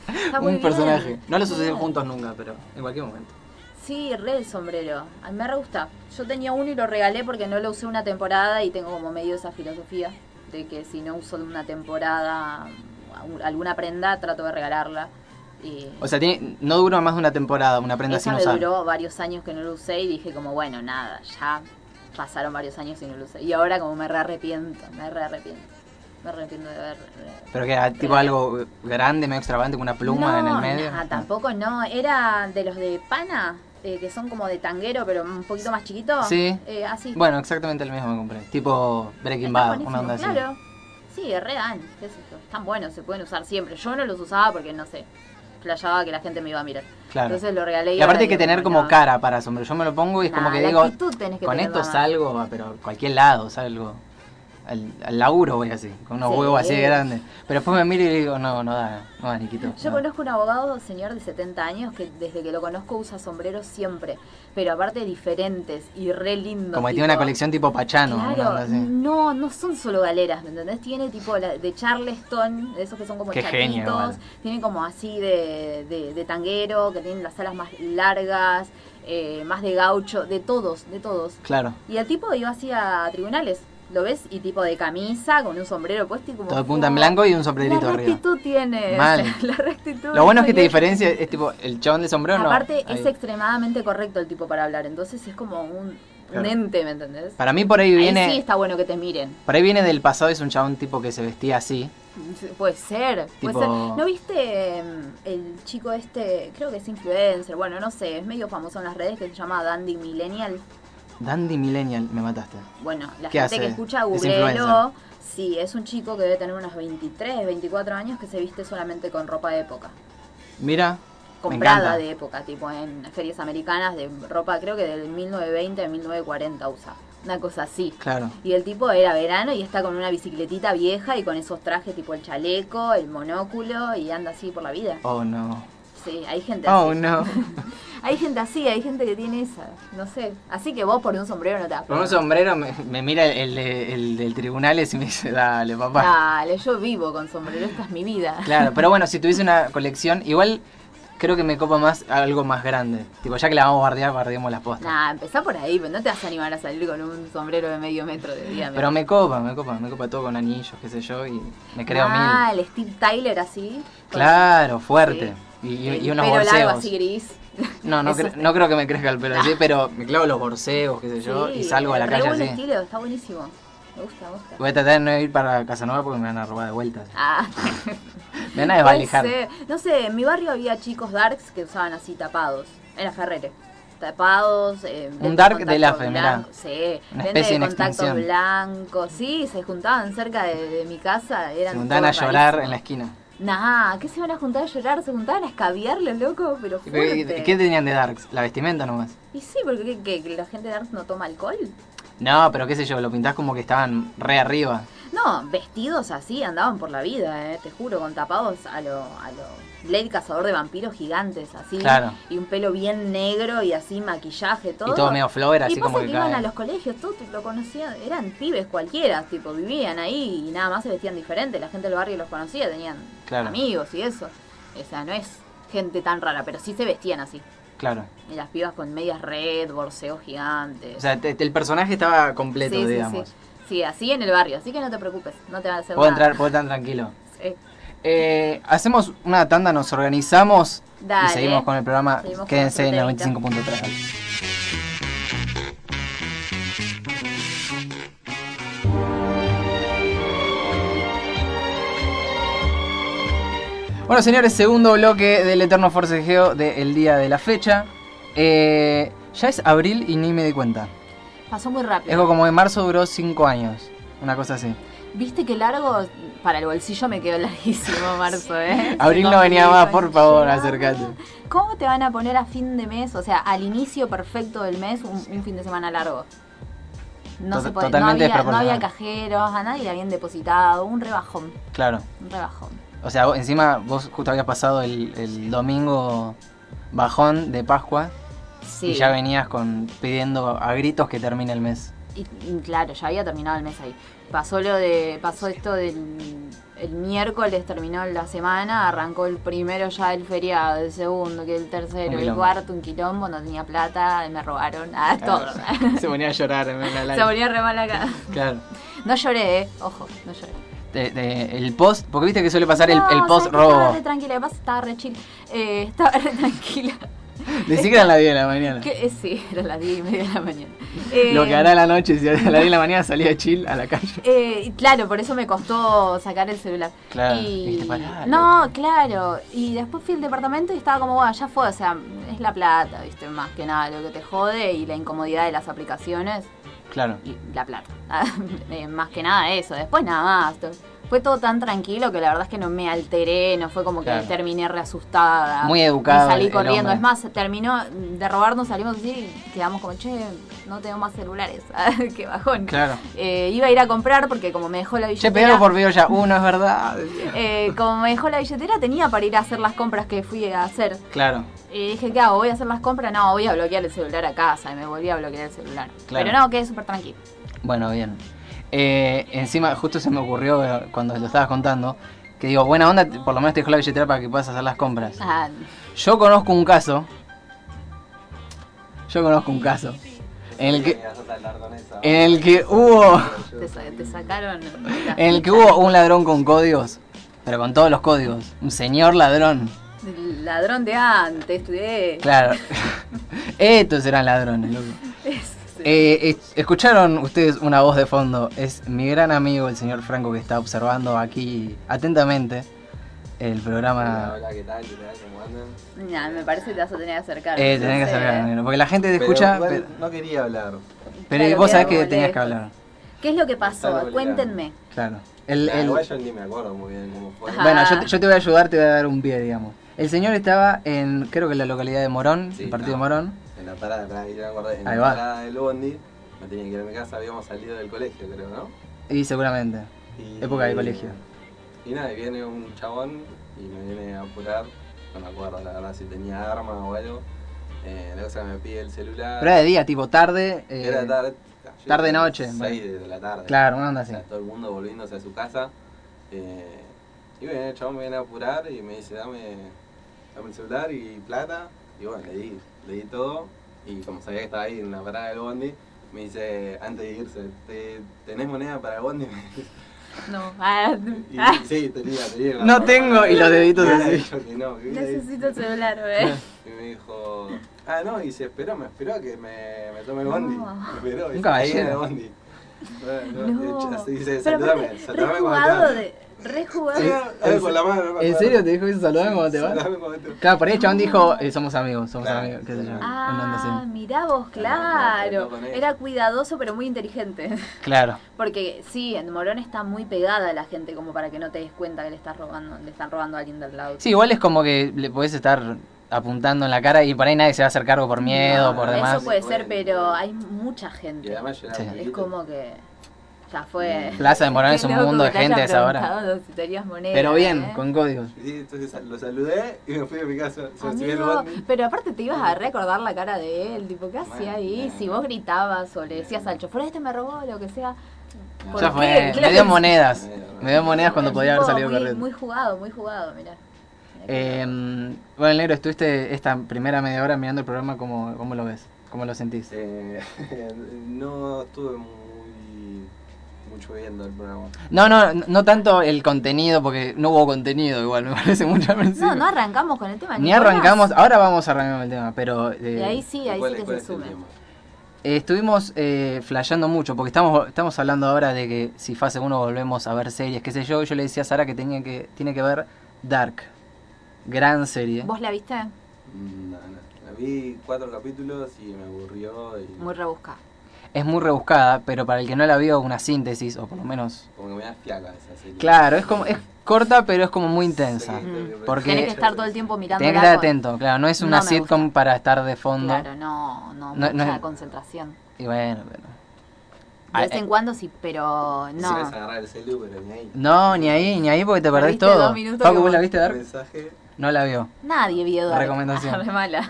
S2: Está muy
S1: Un
S2: bien.
S1: personaje. No los
S2: Muy
S1: usé
S2: bien.
S1: juntos nunca, pero en cualquier momento.
S2: Sí, re el sombrero. A mí me re gusta. Yo tenía uno y lo regalé porque no lo usé una temporada y tengo como medio esa filosofía de que si no uso una temporada um, alguna prenda, trato de regalarla. Y
S1: O sea, tiene- no dura más de una temporada una prenda
S2: esa
S1: sin
S2: me
S1: usar.
S2: duró varios años que no lo usé y dije como, bueno, nada, ya pasaron varios años y no lo usé. Y ahora como me re arrepiento, me re arrepiento. Me arrepiento de haber... eh,
S1: Pero que era tipo algo grande, medio Ah. extravagante, con una pluma en el medio.
S2: nada, tampoco no. Era de los de pana, eh, que son como de tanguero, pero un poquito más chiquito.
S1: Sí.
S2: Eh, así.
S1: Bueno, exactamente el mismo me compré. Tipo Breaking
S2: Está
S1: Bad,
S2: buenísimo,
S1: una onda así.
S2: claro. Sí, re dan, qué sé yo. Están buenos, se pueden usar siempre. Yo no los usaba porque, no sé, flayaba que la gente me iba a mirar.
S1: Claro.
S2: Entonces lo regalé.
S1: Y aparte hay que
S2: ahora
S1: tener
S2: lo
S1: como
S2: mandaba.
S1: cara para sombrero. Yo me lo pongo y es como
S2: Nah,
S1: que
S2: la
S1: digo,
S2: actitud tenés que
S1: con
S2: tener,
S1: esto
S2: mamá.
S1: salgo, ah, pero a cualquier lado salgo. Al, al laburo voy así, con unos
S2: Sí.
S1: huevos así de grandes. Pero después me miro y digo, no, no da, no da, Niquito.
S2: Yo
S1: no.
S2: conozco un abogado, señor de 70 años, que desde que lo conozco usa sombreros siempre, pero aparte diferentes y re lindo.
S1: Como que tiene
S2: tipo-
S1: una colección tipo Pachano, una
S2: Claro,
S1: onda así.
S2: no, no son solo galeras, ¿me entendés? Tiene tipo la- de Charleston, de esos que son como
S1: Qué genio,
S2: chatitos,
S1: igual.
S2: tiene como así de, de, de tanguero, que tienen las alas más largas, eh, más de gaucho, de todos, de todos.
S1: Claro,
S2: Y el tipo iba así a tribunales, lo ves, y tipo de camisa, con un sombrero puesto y como...
S1: todo punta en
S2: "Oh,
S1: blanco y un
S2: La
S1: sombrerito arriba.
S2: rectitud tiene.
S1: Mal.
S2: La rectitud.
S1: Lo bueno es que te
S2: señor.
S1: diferencia, es tipo, el chabón de sombrero no.
S2: Aparte,
S1: ahí.
S2: es extremadamente correcto el tipo para hablar, entonces es como un, un
S1: Claro.
S2: ente, ¿me entendés?
S1: Para mí por ahí viene,
S2: Ahí sí está bueno que te miren.
S1: por ahí viene del pasado, es un chabón tipo que se vestía así.
S2: Puede ser,
S1: Tipo-
S2: puede ser. ¿No viste em, el chico este? Creo que es influencer, bueno, no sé, es medio famoso en las redes que se llama Dandy Millennial.
S1: Dandy Millennial, me mataste.
S2: Bueno, la
S1: ¿Qué
S2: gente
S1: hace?
S2: que escucha
S1: Es
S2: Googlelo,
S1: influencer.
S2: sí, es un chico que debe tener unos 23, 24 años que se viste solamente con ropa de época.
S1: Mira, me
S2: comprada
S1: encanta.
S2: de época, tipo en ferias americanas de ropa, creo que del 1920 a 1940 usa, una cosa así.
S1: Claro.
S2: Y el tipo era verano y está con una bicicletita vieja y con esos trajes tipo el chaleco, el monóculo y anda así por la vida.
S1: Oh no.
S2: Sí, hay gente así.
S1: Oh no.
S2: Hay gente así, hay gente que tiene esa, no sé. Así que vos por un sombrero no te das
S1: Con un sombrero me, me mira el, el- el del tribunal y me dice, dale papá.
S2: Dale, yo vivo con sombrero, esta es mi vida.
S1: Claro, pero bueno, si tuviese una colección, igual creo que me copa más algo más grande. Tipo, ya que la vamos a bardear, bardeemos las postas.
S2: Nah, empezá por ahí, pero no te vas a animar a salir con un sombrero de medio metro de diámetro.
S1: Pero me copa, me copa, me copa todo con anillos, qué sé yo, y me creo
S2: ah,
S1: mil.
S2: el Steve Tyler así. con-
S1: Claro, fuerte. Y, y-
S2: El
S1: y unos
S2: pelo pues. largo
S1: borseos.
S2: así gris.
S1: No, no,
S2: Eso
S1: cre-
S2: está.
S1: no creo que me crezca el pelo así, pero me clavo los borseos, qué sé yo, y
S2: Sí,
S1: salgo a la
S2: re
S1: calle
S2: buen
S1: así.
S2: estilo, está buenísimo. Me gusta, me gusta.
S1: Voy a tratar de no ir para Casanova porque me van a robar de vuelta.
S2: Ah,
S1: Me van a desvalijar.
S2: puede ser. No sé, en mi barrio había chicos darks que usaban así tapados. Era Ferrere. Tapados. eh, lentes de
S1: dark de
S2: contacto
S1: la fe, mirá.
S2: blanco, Sí,
S1: Una
S2: lentes
S1: especie en
S2: de contacto
S1: extinción.
S2: blanco. Sí, se juntaban cerca de, de mi casa. Eran
S1: Se juntan a
S2: todos
S1: llorar en la
S2: rarísimos.
S1: esquina.
S2: Nah, ¿qué se van a juntar a llorar? Se juntaban a escabiar, los locos, pero
S1: ¿Qué,
S2: fuerte.
S1: qué tenían de Darks? ¿La vestimenta nomás?
S2: Y sí, porque ¿qué- qué, que la gente dark no toma alcohol.
S1: No, pero qué sé yo, lo pintás como que estaban re arriba.
S2: No, vestidos así andaban por la vida, eh, te juro, con tapados a lo, a lo Blade cazador de vampiros gigantes, así.
S1: Claro.
S2: Y un pelo bien negro y así maquillaje, todo.
S1: Y todo medio flower, así
S2: y
S1: como
S2: pasa
S1: que
S2: que iban
S1: cae.
S2: a los colegios, todos lo conocían, eran pibes cualquiera, tipo, vivían ahí y nada más se vestían diferente, la gente del barrio los conocía, tenían
S1: Claro.
S2: amigos y eso. O sea, no es gente tan rara, pero sí se vestían así.
S1: Claro.
S2: Y las pibas con medias red, borseos gigantes.
S1: O sea, te- te- el personaje estaba completo,
S2: sí,
S1: digamos.
S2: sí, sí. Sí, así en el barrio, así que no te preocupes, no te van a hacer
S1: Puedo
S2: nada.
S1: entrar, puedo estar tranquilo.
S2: Sí.
S1: Eh, hacemos una tanda, nos organizamos y
S2: Dale.
S1: seguimos con el programa.
S2: Seguimos con
S1: Quédense en la
S2: nuestro
S1: 95.3. Bueno, señores, segundo bloque del eterno forcejeo del día de la fecha. Eh, ya es abril y ni me di cuenta.
S2: Pasó muy
S1: Es
S2: rápido.
S1: como que marzo duró 5 años. Una cosa así.
S2: Viste que largo para el bolsillo me quedó larguísimo marzo, ¿eh?
S1: Abril no venía más, por favor, acércate.
S2: Ah. ¿Cómo te van a poner a fin de mes, o sea, al inicio perfecto del mes, un, un fin de semana largo? No
S1: To-
S2: se puede, no
S1: totalmente
S2: había, no
S1: desproporcional.
S2: había cajeros, a nadie le habían depositado, un rebajón,
S1: Claro.
S2: un rebajón.
S1: O sea, vos- encima vos justo habías pasado el, el domingo bajón de Pascua
S2: Sí.
S1: y ya venías con pidiendo a gritos que termine el mes.
S2: Y, y claro, ya había terminado el mes ahí. Pasó lo de, pasó esto del el miércoles terminó la semana, arrancó el primero ya el feriado, el segundo, que el
S1: Un
S2: tercero, el
S1: quilombo.
S2: cuarto, un quilombo, no tenía plata, me robaron, ah, todo.
S1: Se ponía a llorar en la
S2: Se ponía re mal acá.
S1: Claro.
S2: No lloré, eh. ojo, no lloré.
S1: Te- te- el post, porque viste que suele pasar el-
S2: No,
S1: el,
S2: ¿sabes
S1: post
S2: qué? Estaba
S1: robo.
S2: re tranquila, de paso estaba re chill. Eh, estaba re tranquila.
S1: Ni siquiera a las 10 de la mañana.
S2: ¿Qué? Eh, Sí, era las 10 y media de la mañana.
S1: Lo que
S2: Eh,
S1: hará a la noche, si a las 10 de la mañana salía de chill a la calle.
S2: Eh, y claro, por eso me costó sacar el celular.
S1: Claro,
S2: Y...
S1: dijiste, "Pará,
S2: No, claro. Y después fui al departamento y estaba como, bueno, ya fue, o sea, es la plata, viste, más que nada lo que te jode y la incomodidad de las aplicaciones
S1: Claro.
S2: y la plata. Eh, más que nada eso, después nada más. To- Fue todo tan tranquilo que la verdad es que no me alteré, no fue como que
S1: Claro.
S2: terminé reasustada.
S1: Muy educado
S2: Y salí
S1: el- el
S2: corriendo,
S1: hombre.
S2: es más, terminó de robarnos, salimos así y quedamos como, che, no tengo más celulares, qué bajón.
S1: Claro.
S2: Eh, iba a ir a comprar porque como me dejó la
S1: Che,
S2: billetera.
S1: pedalo por video ya. Uno, es verdad. decía.
S2: eh, como me dejó la billetera tenía para ir a hacer las compras que fui a hacer.
S1: Claro.
S2: Y dije, ¿qué hago? ¿Voy a hacer las compras? No, voy a bloquear el celular a casa. Y me volví a bloquear el celular.
S1: Claro.
S2: Pero no, quedé súper tranquilo.
S1: Bueno, bien. Eh, encima, justo se me ocurrió eh, cuando lo estabas contando, que digo, buena onda, te- por lo menos te dejó la billetera para que puedas hacer las compras.
S2: Ah,
S1: Yo conozco un caso. Yo conozco un caso. En el que, en el que hubo.
S2: te, sa- te sacaron.
S1: En el que hubo un ladrón con códigos. Pero con todos los códigos. Un señor ladrón.
S2: El ladrón de antes, estudié.
S1: Claro. Estos eran ladrones, loco. Eh, es- Escucharon ustedes una voz de fondo. Es mi gran amigo, el señor Franco, que está observando aquí atentamente el programa.
S3: Hola, ¿qué tal? ¿Qué tal? ¿Cómo andan?
S2: Nah, me parece que te vas a tener que acercar.
S1: Eh,
S2: no
S1: tenés que
S2: sé.
S1: acercar, negro, porque la gente te
S3: Pero
S1: escucha,
S3: igual
S1: pero,
S3: No quería hablar.
S1: pero
S2: Claro,
S1: vos sabés
S2: queda
S1: que tenías que
S2: molesto.
S1: hablar.
S2: ¿Qué es lo que
S3: Está
S2: pasó?
S3: obligado.
S2: Cuéntenme.
S1: Claro. El-
S3: Nah,
S1: el-
S3: igual yo ni me acuerdo muy bien cómo fue.
S2: Ajá.
S1: Bueno, yo, te- yo te voy a ayudar, te voy a dar un pie, digamos. El señor estaba en, creo que en la localidad de Morón,
S3: Sí,
S1: el partido
S3: no.
S1: de Morón.
S3: En la parada, pará, que yo me acordé, en
S1: Ahí
S3: la
S1: va.
S3: parada del Bondi, me tenía que ir a mi casa, habíamos salido del colegio, creo, ¿no?
S1: Y seguramente.
S3: Y-
S1: Época de colegio.
S3: Y nada, y viene un chabón y me viene a apurar. No me acuerdo, la verdad, si tenía arma o algo. Eh, la cosa que me pide el celular.
S1: Pero era de día, tipo tarde. eh,
S3: Era tarde.
S1: tarde noche,
S3: 6
S1: bueno.
S3: de la tarde.
S1: Claro, una onda
S3: O
S1: así.
S3: sea, todo el mundo volviéndose a su casa. eh, y bueno, el chabón me viene a apurar y me dice, dame, dame el celular y plata. Y bueno, le di, le di todo. Y como sabía que estaba ahí en la parada del bondi, me dice, antes de irse, "¿Te- ¿tenés moneda para el bondi? Me dice.
S2: No. Ah,
S3: Y,
S2: ah,
S3: sí, tenía, tenía. la
S1: No
S3: mano.
S1: tengo, y los deditos
S3: Ah,
S1: así.
S3: yo que no, que hubiera ido.
S2: necesito el celular, ¿eh?
S3: Y me dijo, ah, no, y se esperó, me esperó a que me, me tome el bondi.
S2: No.
S3: Me esperó,
S1: Un
S3: y ahí
S1: caballero.
S3: en el bondi. Bueno,
S2: No.
S3: Así dice,
S2: Pero
S3: saludame,
S2: aparte,
S3: saludame cuando
S2: rejugado
S3: te
S2: de. Rejugado.
S3: Sí, algo con la mano. no me
S1: ¿En
S3: acuerdo.
S1: serio te dijo eso? Saludame cuando te vas.
S3: Saludame cuando te-
S1: Claro, por ahí el chabón dijo, eh, somos amigos, somos
S3: Claro.
S1: amigos, qué sé yo. una onda
S2: Ah,
S1: así.
S2: mirá vos,
S3: Claro,
S2: claro.
S3: no, no, no, no.
S2: Era cuidadoso, pero muy inteligente.
S1: Claro,
S2: Porque sí, en Morón está muy pegada la gente como para que no te des cuenta que le estás robando, le están robando a alguien del lado.
S1: Sí, igual es como que le podés estar apuntando en la cara y por ahí nadie se va a hacer cargo por miedo,
S3: No,
S1: por
S2: eso
S1: demás.
S2: puede ser, pero hay mucha gente.
S3: Y además yo era
S1: Sí.
S3: un
S2: es
S3: chiquito.
S2: como que ya fue.
S1: Plaza de Morón es
S2: Qué
S1: un
S2: loco
S1: mundo de
S2: que te
S1: gente a
S2: haya
S1: esa hora.
S2: preguntado si tenías moneda,
S1: Pero bien,
S2: ¿eh?
S1: con códigos.
S3: Y entonces sal- lo saludé y me fui a mi casa. Se me subió el
S2: Amigo,
S3: bondi.
S2: pero aparte te ibas a recordar la cara de él, tipo, ¿qué hacía
S3: Mal,
S2: ahí?
S3: mal.
S2: Si vos gritabas o le decías al chofer, este me robó, lo que sea. ¿por
S1: Ya
S2: qué?
S1: fue,
S2: Claro.
S1: me dio monedas.
S3: Claro.
S1: Me dio monedas cuando
S2: Era
S1: podía haber
S2: tipo
S1: salido
S2: muy,
S1: corriendo.
S2: Muy jugado, muy jugado, mirá.
S1: Eh, bueno, Negro, estuviste esta primera media hora mirando el programa, ¿cómo, cómo lo ves? ¿Cómo lo sentís?
S3: Eh, no estuve muy mucho viendo el programa.
S1: No, no, no tanto el contenido, porque no hubo contenido igual, me parece mucho al principio.
S2: no, no arrancamos con el tema.
S1: Ni
S2: Nicolás.
S1: arrancamos, ahora vamos a arrancar con el tema, pero eh,
S2: Y ahí sí, ahí
S3: ¿Cuál-
S2: sí que
S3: cuál
S2: se
S3: es el
S2: sume.
S3: tema?
S1: eh, estuvimos eh, flasheando mucho, porque estamos, estamos hablando ahora de que si fase 1 volvemos a ver series, qué sé yo, yo le decía a Sara que, tenía que tiene que ver Dark, gran serie.
S2: ¿Vos la viste?
S3: Mm, No, no. La Vi cuatro capítulos y me aburrió y
S2: Muy rebuscada.
S1: Es muy rebuscada, pero para el que no la vio, una síntesis, o por lo menos...
S3: como que me da fiaca esa serie.
S1: Claro, es como es corta, pero es como muy
S3: Sí,
S1: intensa.
S3: tengo que-
S1: Porque-
S2: Mm. Tenés que estar todo el tiempo mirando.
S1: Tenés que estar atento, claro, no es
S2: No
S1: una
S2: me
S1: sitcom para estar de fondo.
S2: Claro, no, no,
S1: No,
S2: mucha
S1: no es-
S2: concentración.
S1: Y bueno, pero...
S2: De
S1: Ah,
S2: vez
S1: eh.
S2: en cuando sí, pero
S3: No. Si
S2: no.
S3: vas a agarrar el celu, pero ni ahí.
S1: No, ni ahí, ni ahí porque te perdés
S2: Perdiste
S1: todo.
S2: dos minutos
S1: Paco,
S2: que
S1: ¿vos la
S2: vos-
S1: viste Dark?
S3: Mensaje.
S1: No la vio.
S2: Nadie vio Dark.
S1: Recomendación.
S2: Re mala.
S1: Yo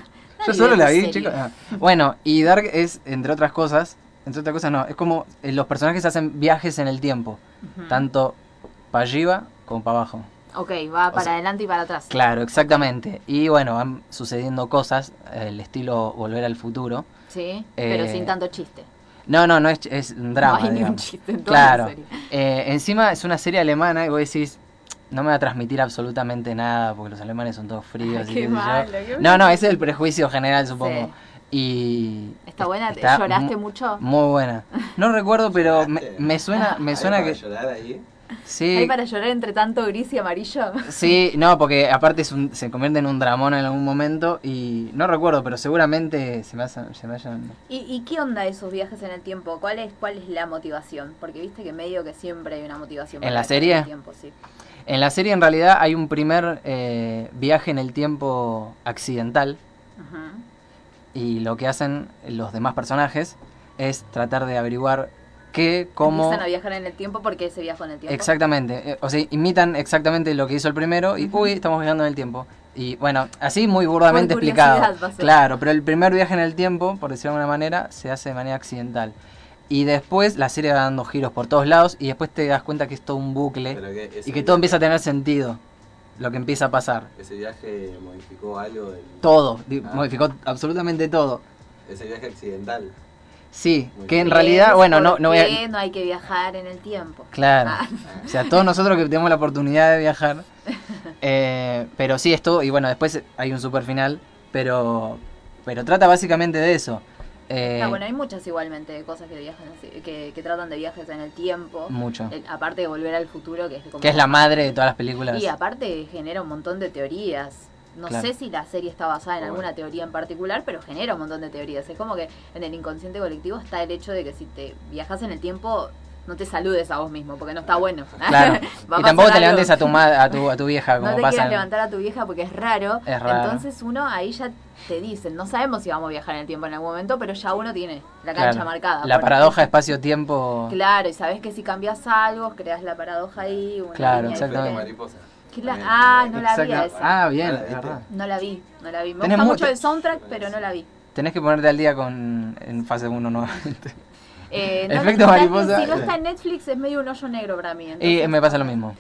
S2: Nadie
S1: solo
S2: vio
S1: la
S2: esa
S1: vi,
S2: serie.
S1: chicos. Ah. Bueno, y Dark es, entre otras cosas, entre otras cosas no, es como eh, los personajes hacen viajes en el tiempo,
S2: Ujú.
S1: tanto para arriba como para abajo.
S2: Ok, va para
S1: sea,
S2: adelante y para atrás.
S1: Claro, exactamente. Y bueno, van sucediendo cosas, eh, el estilo Volver al Futuro.
S2: Sí, pero
S1: Eh,
S2: sin tanto chiste.
S1: No, no, no es, es un drama.
S2: no hay ni un
S1: digamos.
S2: chiste en toda la
S1: Claro.
S2: serie.
S1: Eh, encima es una serie alemana y vos decís, no me va a transmitir absolutamente nada porque los alemanes son todos fríos. y
S2: Qué
S1: sé yo.
S2: malo, qué
S1: No, no, ese es el prejuicio general, supongo. Y
S2: ¿Está buena? ¿Te-
S1: está
S2: ¿Lloraste
S1: mu-
S2: mucho?
S1: Muy buena. No recuerdo, pero me,
S3: ¿Lloraste?
S1: me suena, me
S3: ¿Hay
S1: suena
S3: para
S1: que ¿Eh?
S3: llorar ahí?
S1: sí,
S2: ¿Hay para llorar entre tanto gris y amarillo?
S1: sí, no, porque aparte es un- se convierte en un dramón en algún momento y no recuerdo, pero seguramente se me, hace- se me hayan
S2: ¿Y, y qué onda esos viajes en el tiempo? ¿Cuál es, ¿Cuál es la motivación? Porque viste que medio que siempre hay una motivación.
S1: ¿En la
S2: para viajar en
S1: serie?
S2: el tiempo, sí.
S1: En la serie en realidad hay un primer eh, viaje en el tiempo accidental
S2: Ajá.
S1: y lo que hacen los demás personajes es tratar de averiguar qué, cómo...
S2: Empiezan a viajar en el tiempo porque se viajó en el tiempo.
S1: Exactamente, eh, o sea, imitan exactamente lo que hizo el primero y, uy, estamos viajando en el tiempo. Y bueno, así muy burdamente
S2: Por curiosidad
S1: explicado.
S2: pasó.
S1: Claro, pero el primer viaje en el tiempo, por decirlo de alguna manera, se hace de manera accidental. Y después la serie va dando giros por todos lados y después te das cuenta que es todo un bucle
S3: Pero que ese
S1: y que todo
S3: viaje-
S1: empieza a tener sentido, lo que empieza a pasar.
S3: Ese viaje modificó algo del...
S1: Todo, di-
S3: Ah.
S1: modificó absolutamente todo.
S3: Ese viaje accidental.
S1: Sí,
S3: Muy
S1: que
S3: bien.
S1: en realidad,
S2: ¿Ves
S1: bueno, no,
S2: por
S1: no voy a...
S2: qué no hay que viajar en el tiempo.
S1: Claro.
S2: Ah.
S1: O sea, todos nosotros que tenemos la oportunidad de viajar. eh, pero sí, esto, y bueno, después hay un super final, pero, pero trata básicamente de eso. Eh,
S2: Ah, bueno, hay muchas igualmente de cosas que viajan así- que, que tratan de viajes en el tiempo.
S1: mucho.
S2: El- aparte de volver al futuro, que es como-
S1: Que es la madre de todas las películas.
S2: Y aparte genera un montón de teorías. No
S1: Claro.
S2: sé si la serie está basada en
S3: Bueno.
S2: alguna teoría en particular, pero genera un montón de teorías. Es como que en el inconsciente colectivo está el hecho de que si te viajas en el tiempo, no te saludes a vos mismo, porque no está bueno.
S1: Claro.
S2: Va a
S1: y tampoco
S2: pasar
S1: te
S2: algo.
S1: levantes a tu, ma- a tu, a tu vieja, como
S2: No te
S1: pasa.
S2: quieras
S1: en-
S2: levantar a tu vieja porque es raro.
S1: Es raro.
S2: Entonces uno ahí ya te dicen, no sabemos si vamos a viajar en el tiempo en algún momento, pero ya uno tiene la cancha
S1: Claro.
S2: marcada.
S1: La
S2: Porque-
S1: paradoja espacio-tiempo.
S2: Claro, y sabes que si cambias algo, creas la paradoja ahí. Una
S1: Claro,
S2: línea
S3: El efecto
S1: exactamente.
S2: diferente.
S3: mariposa.
S2: Que la-
S3: También.
S2: ah, no la vi
S1: Exacto.
S2: a esa.
S1: Ah, bien,
S3: Ah, la
S1: es
S3: viste.
S1: verdad.
S2: No la vi, no la vi. Me
S1: Tenés
S2: gusta
S1: mu-
S2: mucho el soundtrack,
S3: Sí.
S2: pero no la vi.
S1: Tenés que ponerte al día con en fase 1 nuevamente.
S2: Eh, no,
S1: Efecto
S2: la-
S1: mariposa.
S2: Si no está en Netflix es medio un hoyo negro para mí.
S1: y
S2: entonces-
S1: me pasa lo mismo.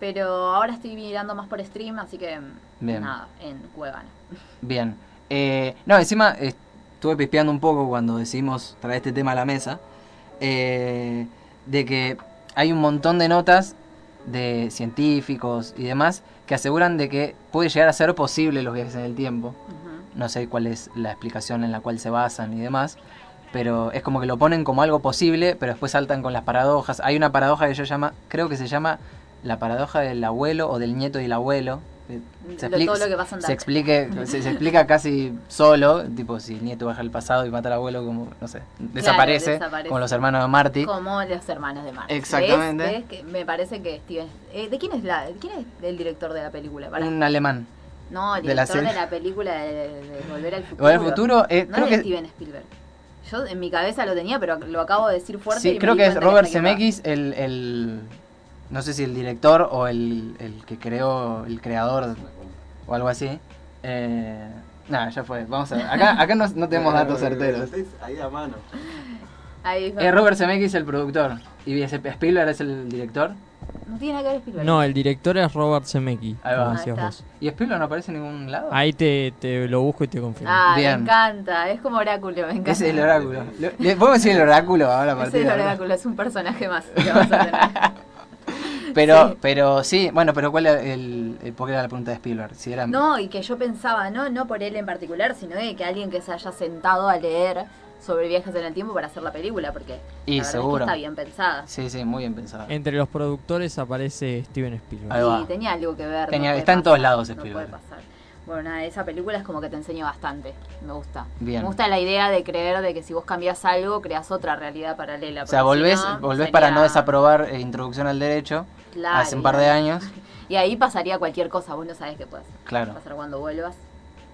S2: Pero ahora estoy mirando más por stream, así que mm,
S1: Bien.
S2: nada, en Cuevana.
S1: Bien. Eh, no, encima eh, estuve pispeando un poco cuando decidimos traer este tema a la mesa, eh, de que hay un montón de notas de científicos y demás que aseguran de que puede llegar a ser posible los viajes en el tiempo.
S2: Ujú.
S1: No sé cuál es la explicación en la cual se basan y demás, pero es como que lo ponen como algo posible, pero después saltan con las paradojas. Hay una paradoja que yo llama, creo que se llama la paradoja del abuelo o del nieto y el abuelo. Eh, se
S2: Lo-
S1: explica-
S2: todo lo que pasa en
S1: se
S2: Dante.
S1: explique se, se explica casi solo tipo si el nieto baja al pasado y mata al abuelo como no sé desaparece,
S2: desaparece.
S1: como los hermanos de Marty
S2: Como los hermanos de Marvel.
S1: Exactamente.
S2: ¿Ves? ¿Ves? Que me parece que Steven. eh, ¿De quién es la, quién es el director de la película? Pará.
S1: un alemán
S2: no, el
S1: Mm, de la
S2: director de la,
S1: serie.
S2: película de, de Volver al futuro.
S1: o el futuro eh,
S2: No
S1: creo
S2: es
S1: que
S2: Steven Spielberg. Yo en mi cabeza lo tenía, pero lo acabo de decir fuerte. y
S1: sí,
S2: me
S1: creo
S2: di
S1: que es
S2: cuenta
S1: Robert
S2: está equivocado.
S1: Zemeckis el, el no sé si el director o el, el que creó el creador o algo así eh, nada ya fue vamos a acá acá no, no tenemos datos certeros
S3: Estáis Ahí a mano.
S2: Ahí fue.
S1: Eh, Robert Zemeckis el productor y Spielberg es el director
S2: No tiene nada que ver Spielberg.
S4: No, el director es Robert Zemeckis,
S1: Ahí va.
S4: como
S2: Ahí
S4: decías
S2: está.
S4: vos.
S1: y Spielberg no aparece en ningún lado
S4: Ahí te, te lo busco y te confirmo.
S2: Ah,
S1: Bien.
S2: me encanta. Es como oráculo, me encanta.
S1: Ese es el oráculo. Lo- ¿Le podemos decir el oráculo ahora a
S2: Ese es
S1: partir
S2: el
S1: de ahora?
S2: oráculo, es un personaje más que vamos a tener.
S1: Pero,
S2: Sí.
S1: pero sí, bueno, pero ¿cuál era el, el- por qué era la pregunta de Spielberg? Si era
S2: No, y que yo pensaba, no, no por él en particular, sino de que alguien que se haya sentado a leer sobre viajes en el tiempo para hacer la película, porque
S1: y
S2: la verdad es que
S1: seguro.
S2: está bien pensada.
S1: Sí, sí, muy bien pensado.
S4: Entre los productores aparece Steven
S1: Ahí
S4: Spielberg.
S1: va.
S2: Y tenía algo que ver.
S1: Tenía-
S2: puede
S1: está en
S2: pasar,
S1: todos lados
S2: no
S1: Spielberg.
S2: puede pasar. Bueno, nada, esa película es como que te enseña bastante. Me gusta.
S1: Bien.
S2: Me gusta la idea de creer de que si vos cambias algo, creas otra realidad paralela.
S1: O sea,
S2: porque si
S1: volvés,
S2: no,
S1: volvés para no
S2: sería-
S1: desaprobar eh, Introducción al Derecho
S2: Claro,
S1: hace un par de
S2: y-
S1: años.
S2: Y ahí pasaría cualquier cosa, vos no sabés qué puede
S1: Claro,
S2: pasar cuando vuelvas.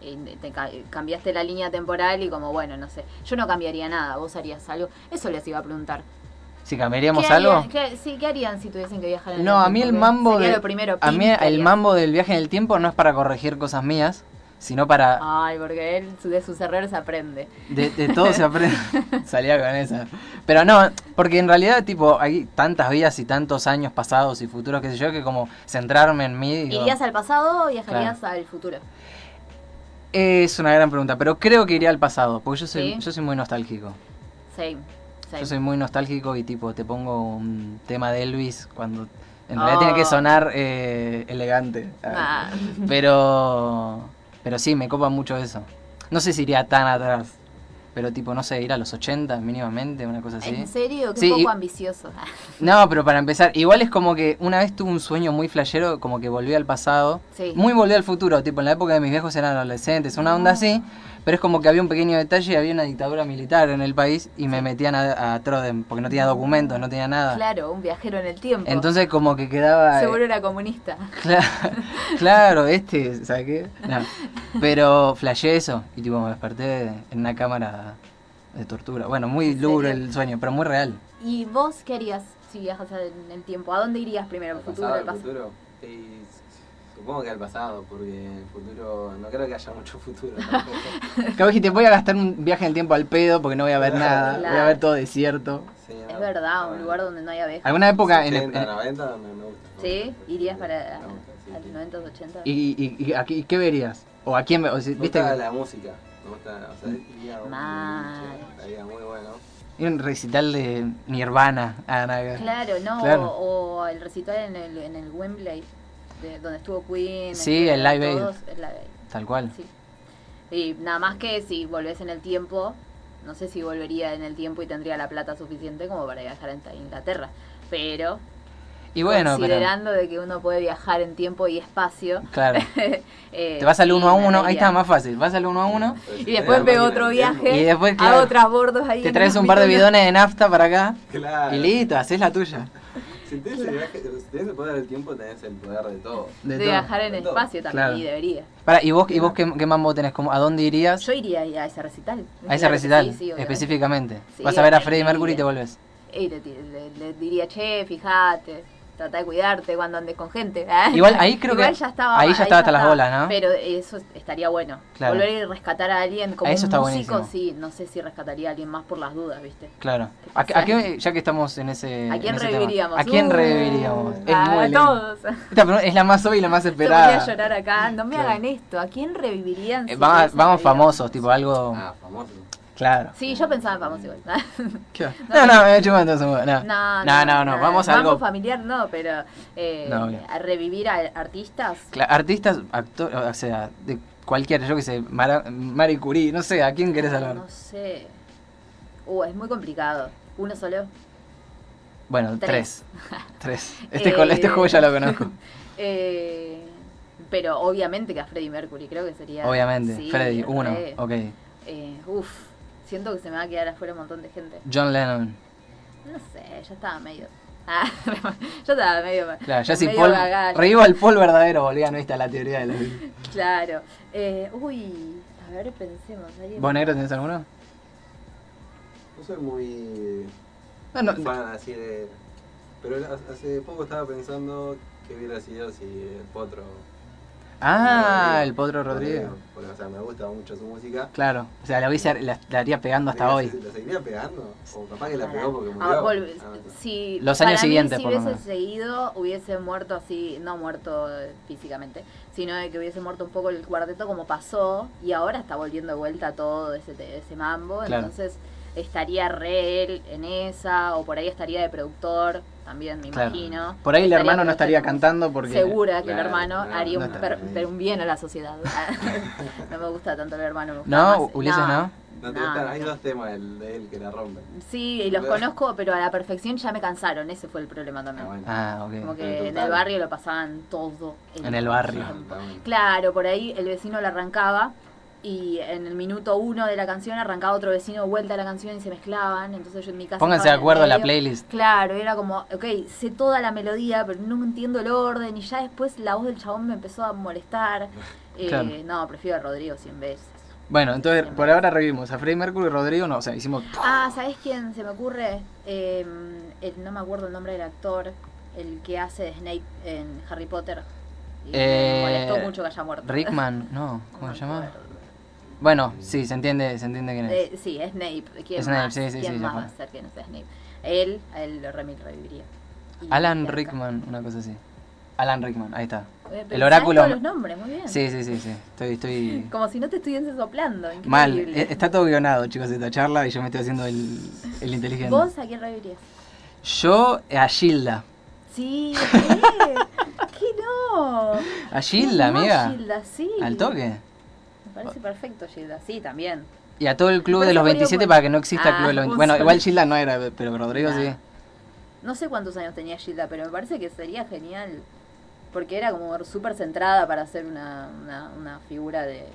S2: Y te ca- cambiaste la línea temporal y como, bueno, no sé, yo no cambiaría nada, vos harías algo. Eso les iba a preguntar.
S1: si cambiaríamos
S2: ¿Qué harían-
S1: algo.
S2: qué- sí, ¿qué harían si tuviesen que viajar en el
S1: No, a mí
S2: tiempo?
S1: el
S2: ¿Qué
S1: mambo
S2: sería
S1: de-
S2: lo primero?
S1: A mí
S2: ¿Pin que
S1: el
S2: harías?
S1: mambo del viaje en el tiempo no es para corregir cosas mías, sino para
S2: Ay, porque él su- de sus errores aprende.
S1: De, de todo se aprende. Salía con esa. Pero no, porque en realidad, tipo, hay tantas vidas y tantos años pasados y futuros, qué sé yo, que como centrarme en mí. digo,
S2: ¿Irías al pasado o viajarías al futuro?
S1: Es una gran pregunta, pero creo que iría al pasado, porque yo soy,
S2: Sí.
S1: yo soy muy nostálgico.
S2: Same, same.
S1: Yo soy muy nostálgico y, tipo, te pongo un tema de Elvis cuando. En realidad
S2: Ah.
S1: tiene que sonar eh, elegante. Ah.
S2: Ah.
S1: Pero. Pero sí, me copa mucho eso. No sé si iría tan atrás. Pero tipo, no sé, ir a los 80 mínimamente, una cosa así.
S2: ¿En serio? Qué
S1: Sí, y-
S2: poco ambicioso. Ah,
S1: No, pero para empezar, igual es como que una vez tuve un sueño muy flashero, como que volví al pasado.
S2: Sí.
S1: Muy volví al futuro, tipo en la época de mis viejos eran adolescentes, una onda
S2: Ah.
S1: así. Pero es como que había un pequeño detalle, había una dictadura militar en el país y me metían a, a Troden, porque no tenía documentos, no tenía nada.
S2: Claro, un viajero en el tiempo.
S1: Ah. Entonces como que quedaba... eh,
S2: Seguro era comunista.
S1: Claro, claro, este, ¿sabes qué? No. Pero flashé eso y tipo me desperté en una cámara de tortura. Bueno, muy
S2: ¿En serio?
S1: lúgubre el sueño, pero muy real.
S2: ¿Y vos qué harías si viajas en el tiempo? ¿A dónde irías primero? ¿Al
S3: ¿Al
S2: futuro?
S3: pasado,
S2: ¿Al
S3: al
S2: pasado?
S3: futuro? Y s- supongo que al pasado, porque en el futuro no creo que haya mucho futuro. tampoco.
S1: Capaz dijiste, voy a gastar un viaje en el tiempo al pedo porque no voy a ver nada, voy a ver
S2: Claro.
S1: todo desierto.
S3: Sí,
S2: Es
S3: no,
S2: verdad,
S3: no,
S2: un lugar donde no hay abejas.
S1: Alguna época en,
S3: 70,
S1: en-
S3: 90, donde me gusta.
S2: ¿Sí? ¿Irías para
S3: Me gusta, sí,
S2: a
S3: sí.
S2: los 90, 80?
S1: y, y- y- aquí- qué verías? ¿O a quién? ve- o si-
S3: Me
S1: ¿Viste?
S3: gusta la música, me gusta, o sea, iría a un
S2: Mal.
S3: boliche, estaría muy bueno.
S1: que Un recital de Nirvana. Ah, nada que-
S2: Claro, no,
S1: Claro.
S2: O, o el recital en el, en el Wembley, de- donde estuvo Queen.
S1: Sí, el
S2: estuvieron
S1: Live Aid.
S2: todos, el Live Aid,
S1: Tal cual.
S2: sí. Y nada más que si volvés en el tiempo, no sé si volvería en el tiempo y tendría la plata suficiente como para viajar a Inglaterra. Pero,
S1: Y bueno, pero-
S2: considerando de que uno puede viajar en tiempo y espacio,
S1: Claro.
S2: eh,
S1: Te vas al uno a
S2: sí, me
S1: uno, ahí
S2: reiría.
S1: está más fácil. Vas al uno a uno,
S3: Entonces,
S2: Y después
S3: la
S2: veo
S3: máquina
S2: otro
S3: del
S2: viaje,
S1: Y después, claro,
S2: hago otras bordos ahí.
S1: te
S2: en
S1: traes
S2: los
S1: un par de
S2: bidones.
S1: bidones de nafta para acá.
S3: tiempo. Claro.
S1: Y listo, haces la tuya.
S3: Si tenés el viaje- si tenés el poder del tiempo, tenés el poder de todo.
S2: De,
S1: todo.
S2: viajar en
S3: De todo.
S2: espacio también,
S1: Claro.
S2: y debería.
S1: Pará, ¿y vos, y vos qué, qué mambo tenés? ¿Cómo- ¿A dónde irías?
S2: Yo iría a ese recital.
S1: a ese
S2: Claro que
S1: recital,
S2: sí, sí, obviamente.
S1: específicamente.
S2: Sí,
S1: Vas a ver a
S2: obviamente
S1: Freddie Mercury y te
S2: iría.
S1: volvés.
S2: Y le, le- le diría, che, fijate, trata de cuidarte cuando andes con gente.
S1: Igual ahí creo
S2: Igual
S1: que-
S2: ya estaba,
S1: ahí ya estaba hasta las bolas, ¿no?
S2: Pero eso estaría bueno.
S1: Claro.
S2: Volver a rescatar a alguien como
S1: Ah, eso
S2: un
S1: está
S2: músico,
S1: buenísimo.
S2: sí, no sé si rescataría a alguien más por las dudas, ¿viste?
S1: Claro.
S2: ¿Qué
S1: ¿A, qué-
S2: pasa?
S1: a qué- ya que estamos en ese.
S2: ¿A
S1: Eh, en
S2: quién
S1: ese tema,
S2: reviviríamos?
S1: ¿A quién
S2: Uh,
S1: reviviríamos? Es
S2: a
S1: muy lindo.
S2: todos.
S1: Esta pregunta es la más obvia y la más
S2: Yo podría
S1: esperada.
S2: llorar acá, no me
S1: Claro.
S2: hagan esto, ¿a quién revivirían?
S1: Eh,
S2: si
S1: vamos
S2: hubiesen
S1: vamos
S2: revivido?
S1: famosos, tipo algo.
S3: Ah, famoso.
S1: Claro.
S2: Sí, yo pensaba en famosos igual.
S1: No, no, me he hecho entonces. No, no, Ah, no, no,
S2: nada.
S1: Vamos a algo.
S2: familiar no, pero eh,
S1: No, bien.
S2: a revivir a artistas.
S1: Cla- Artistas, actores, o sea, de cualquier, yo que sé, Mara- Marie Curie, no sé, ¿a quién querés
S2: Ah,
S1: salvar?
S2: No sé. Uh, es muy complicado. Uno solo.
S1: Bueno, tres.
S2: Tres.
S1: Tres. Este, jo- este
S2: Eh,
S1: juego ya lo conozco.
S2: Eh, pero obviamente que a Freddie Mercury, creo que sería.
S1: Obviamente.
S2: Sí,
S1: Freddy,
S2: re.
S1: uno. Ok.
S2: Eh, uf, siento que se me va a quedar afuera un montón de gente.
S1: John Lennon.
S2: No sé, ya estaba medio. Ah, yo estaba medio.
S1: Claro, ya si
S2: medio
S1: Paul.
S2: gaga, ya-
S1: Revivo al Paul verdadero, volvían, viste, a la teoría de la.
S2: Claro. Eh, uy, a ver, pensemos. alguien-
S1: ¿Vos negro tenés alguno?
S3: No soy muy
S1: Ah, No, no.
S3: fan así de. Pero ha- hace poco estaba pensando que hubiera sido si el Potro.
S1: Ah,
S3: Rodrigo.
S1: el Potro Rodríguez.
S3: Porque, o sea, me gusta mucho su música.
S1: Claro. O sea, la, hubiese- la estaría pegando hasta
S3: ¿La-
S1: hoy.
S3: ¿La seguiría pegando? O capaz que la
S2: Ah,
S3: pegó porque murió.
S2: ah, vol-
S3: Ah, no.
S2: si-
S1: Los
S2: para
S1: años
S2: mí,
S1: siguientes,
S2: Si
S1: por lo
S2: hubiese
S1: menos.
S2: seguido, hubiese muerto así, no muerto eh, físicamente, sino de que hubiese muerto un poco el cuarteto como pasó y ahora está volviendo de vuelta todo ese, te- ese mambo.
S1: Claro.
S2: Entonces estaría re él en esa o por ahí estaría de productor también, me
S1: Claro.
S2: imagino.
S1: Por ahí el
S2: Estaría
S1: hermano no
S2: productor,
S1: estaría
S2: como-
S1: cantando porque.
S2: Segura que el
S3: Claro,
S2: hermano
S3: no,
S2: haría
S3: no
S2: un,
S3: está
S2: per-
S3: bien.
S2: pero un bien a la sociedad. no me gusta tanto el hermano. me gusta
S1: No,
S2: más-
S1: Ulises, no.
S3: No te
S2: no,
S3: gustan,
S2: no.
S3: hay dos temas del- de él que la rompen.
S2: Sí, y los
S3: Claro.
S2: conozco, pero a la perfección ya me cansaron. Ese fue el problema
S3: Ah,
S2: también.
S3: bueno.
S1: Ah,
S2: Como
S1: ok.
S2: que en el barrio lo pasaban todo.
S1: En el barrio.
S2: tiempo.
S3: Ah, bueno.
S2: Claro, por ahí el vecino lo arrancaba y en el minuto uno de la canción arrancaba otro vecino vuelta a la canción y se mezclaban. Entonces yo en mi casa.
S1: Pónganse de
S2: estaba en el
S1: acuerdo en la
S2: medio.
S1: playlist.
S2: Claro, era como, ok, sé toda la melodía, pero no entiendo el orden. Y ya después la voz del chabón me empezó a molestar. Eh,
S1: Claro.
S2: No, prefiero a Rodrigo 100 veces.
S1: Bueno, entonces por ahora revivimos a Freddie Mercury y Rodrigo, no, o sea, hicimos.
S2: Ah, ¿sabes quién se me ocurre? Eh, el- no me acuerdo el nombre del actor, el que hace de Snape en Harry Potter. Y
S1: Eh,
S2: me molestó mucho que haya muerto.
S1: Rickman, no,
S2: No
S1: ¿cómo
S2: me
S1: se llama?
S2: acuerdo.
S1: Bueno, sí, se entiende, se entiende quién es.
S2: Eh, sí, Snape. ¿Quién
S1: Snape,
S2: más,
S1: sí, sí,
S2: ¿Quién
S1: sí,
S2: más
S1: ya
S2: va a
S1: fue.
S2: ser que no sea Snape? Él, a él lo remil reviviría. Y
S1: Alan
S2: Blanca.
S1: Rickman, una cosa así. Alan Rickman, ahí está.
S2: Eh, pensá
S1: El oráculo.
S2: todos los nombres, muy bien.
S1: Sí, sí, sí, sí. Estoy, estoy
S2: Como si no te estuviesen soplando. Increíble.
S1: mal. Eh, Está todo guionado, chicos, esta charla y yo me estoy haciendo el, el inteligente.
S2: ¿Vos a quién revivirías?
S1: Yo a Gilda.
S5: Sí, ¿qué? ¿Qué no?
S1: ¿A Gilda,
S5: No,
S1: amiga?
S5: Gilda, sí.
S1: ¿Al toque?
S2: Me parece perfecto, Gilda. Sí, también.
S1: Y a todo el club
S5: Pero
S1: de los
S5: se murió
S1: 27
S5: con-
S1: para que no exista el
S2: Ah,
S1: club de los 20.
S5: vos
S1: Bueno,
S5: sabés.
S1: igual Gilda no era, pero Rodrigo
S2: Ah.
S1: sí.
S2: No sé cuántos años tenía Gilda, pero me parece que sería genial. Porque era como súper centrada para ser una, una, una figura de,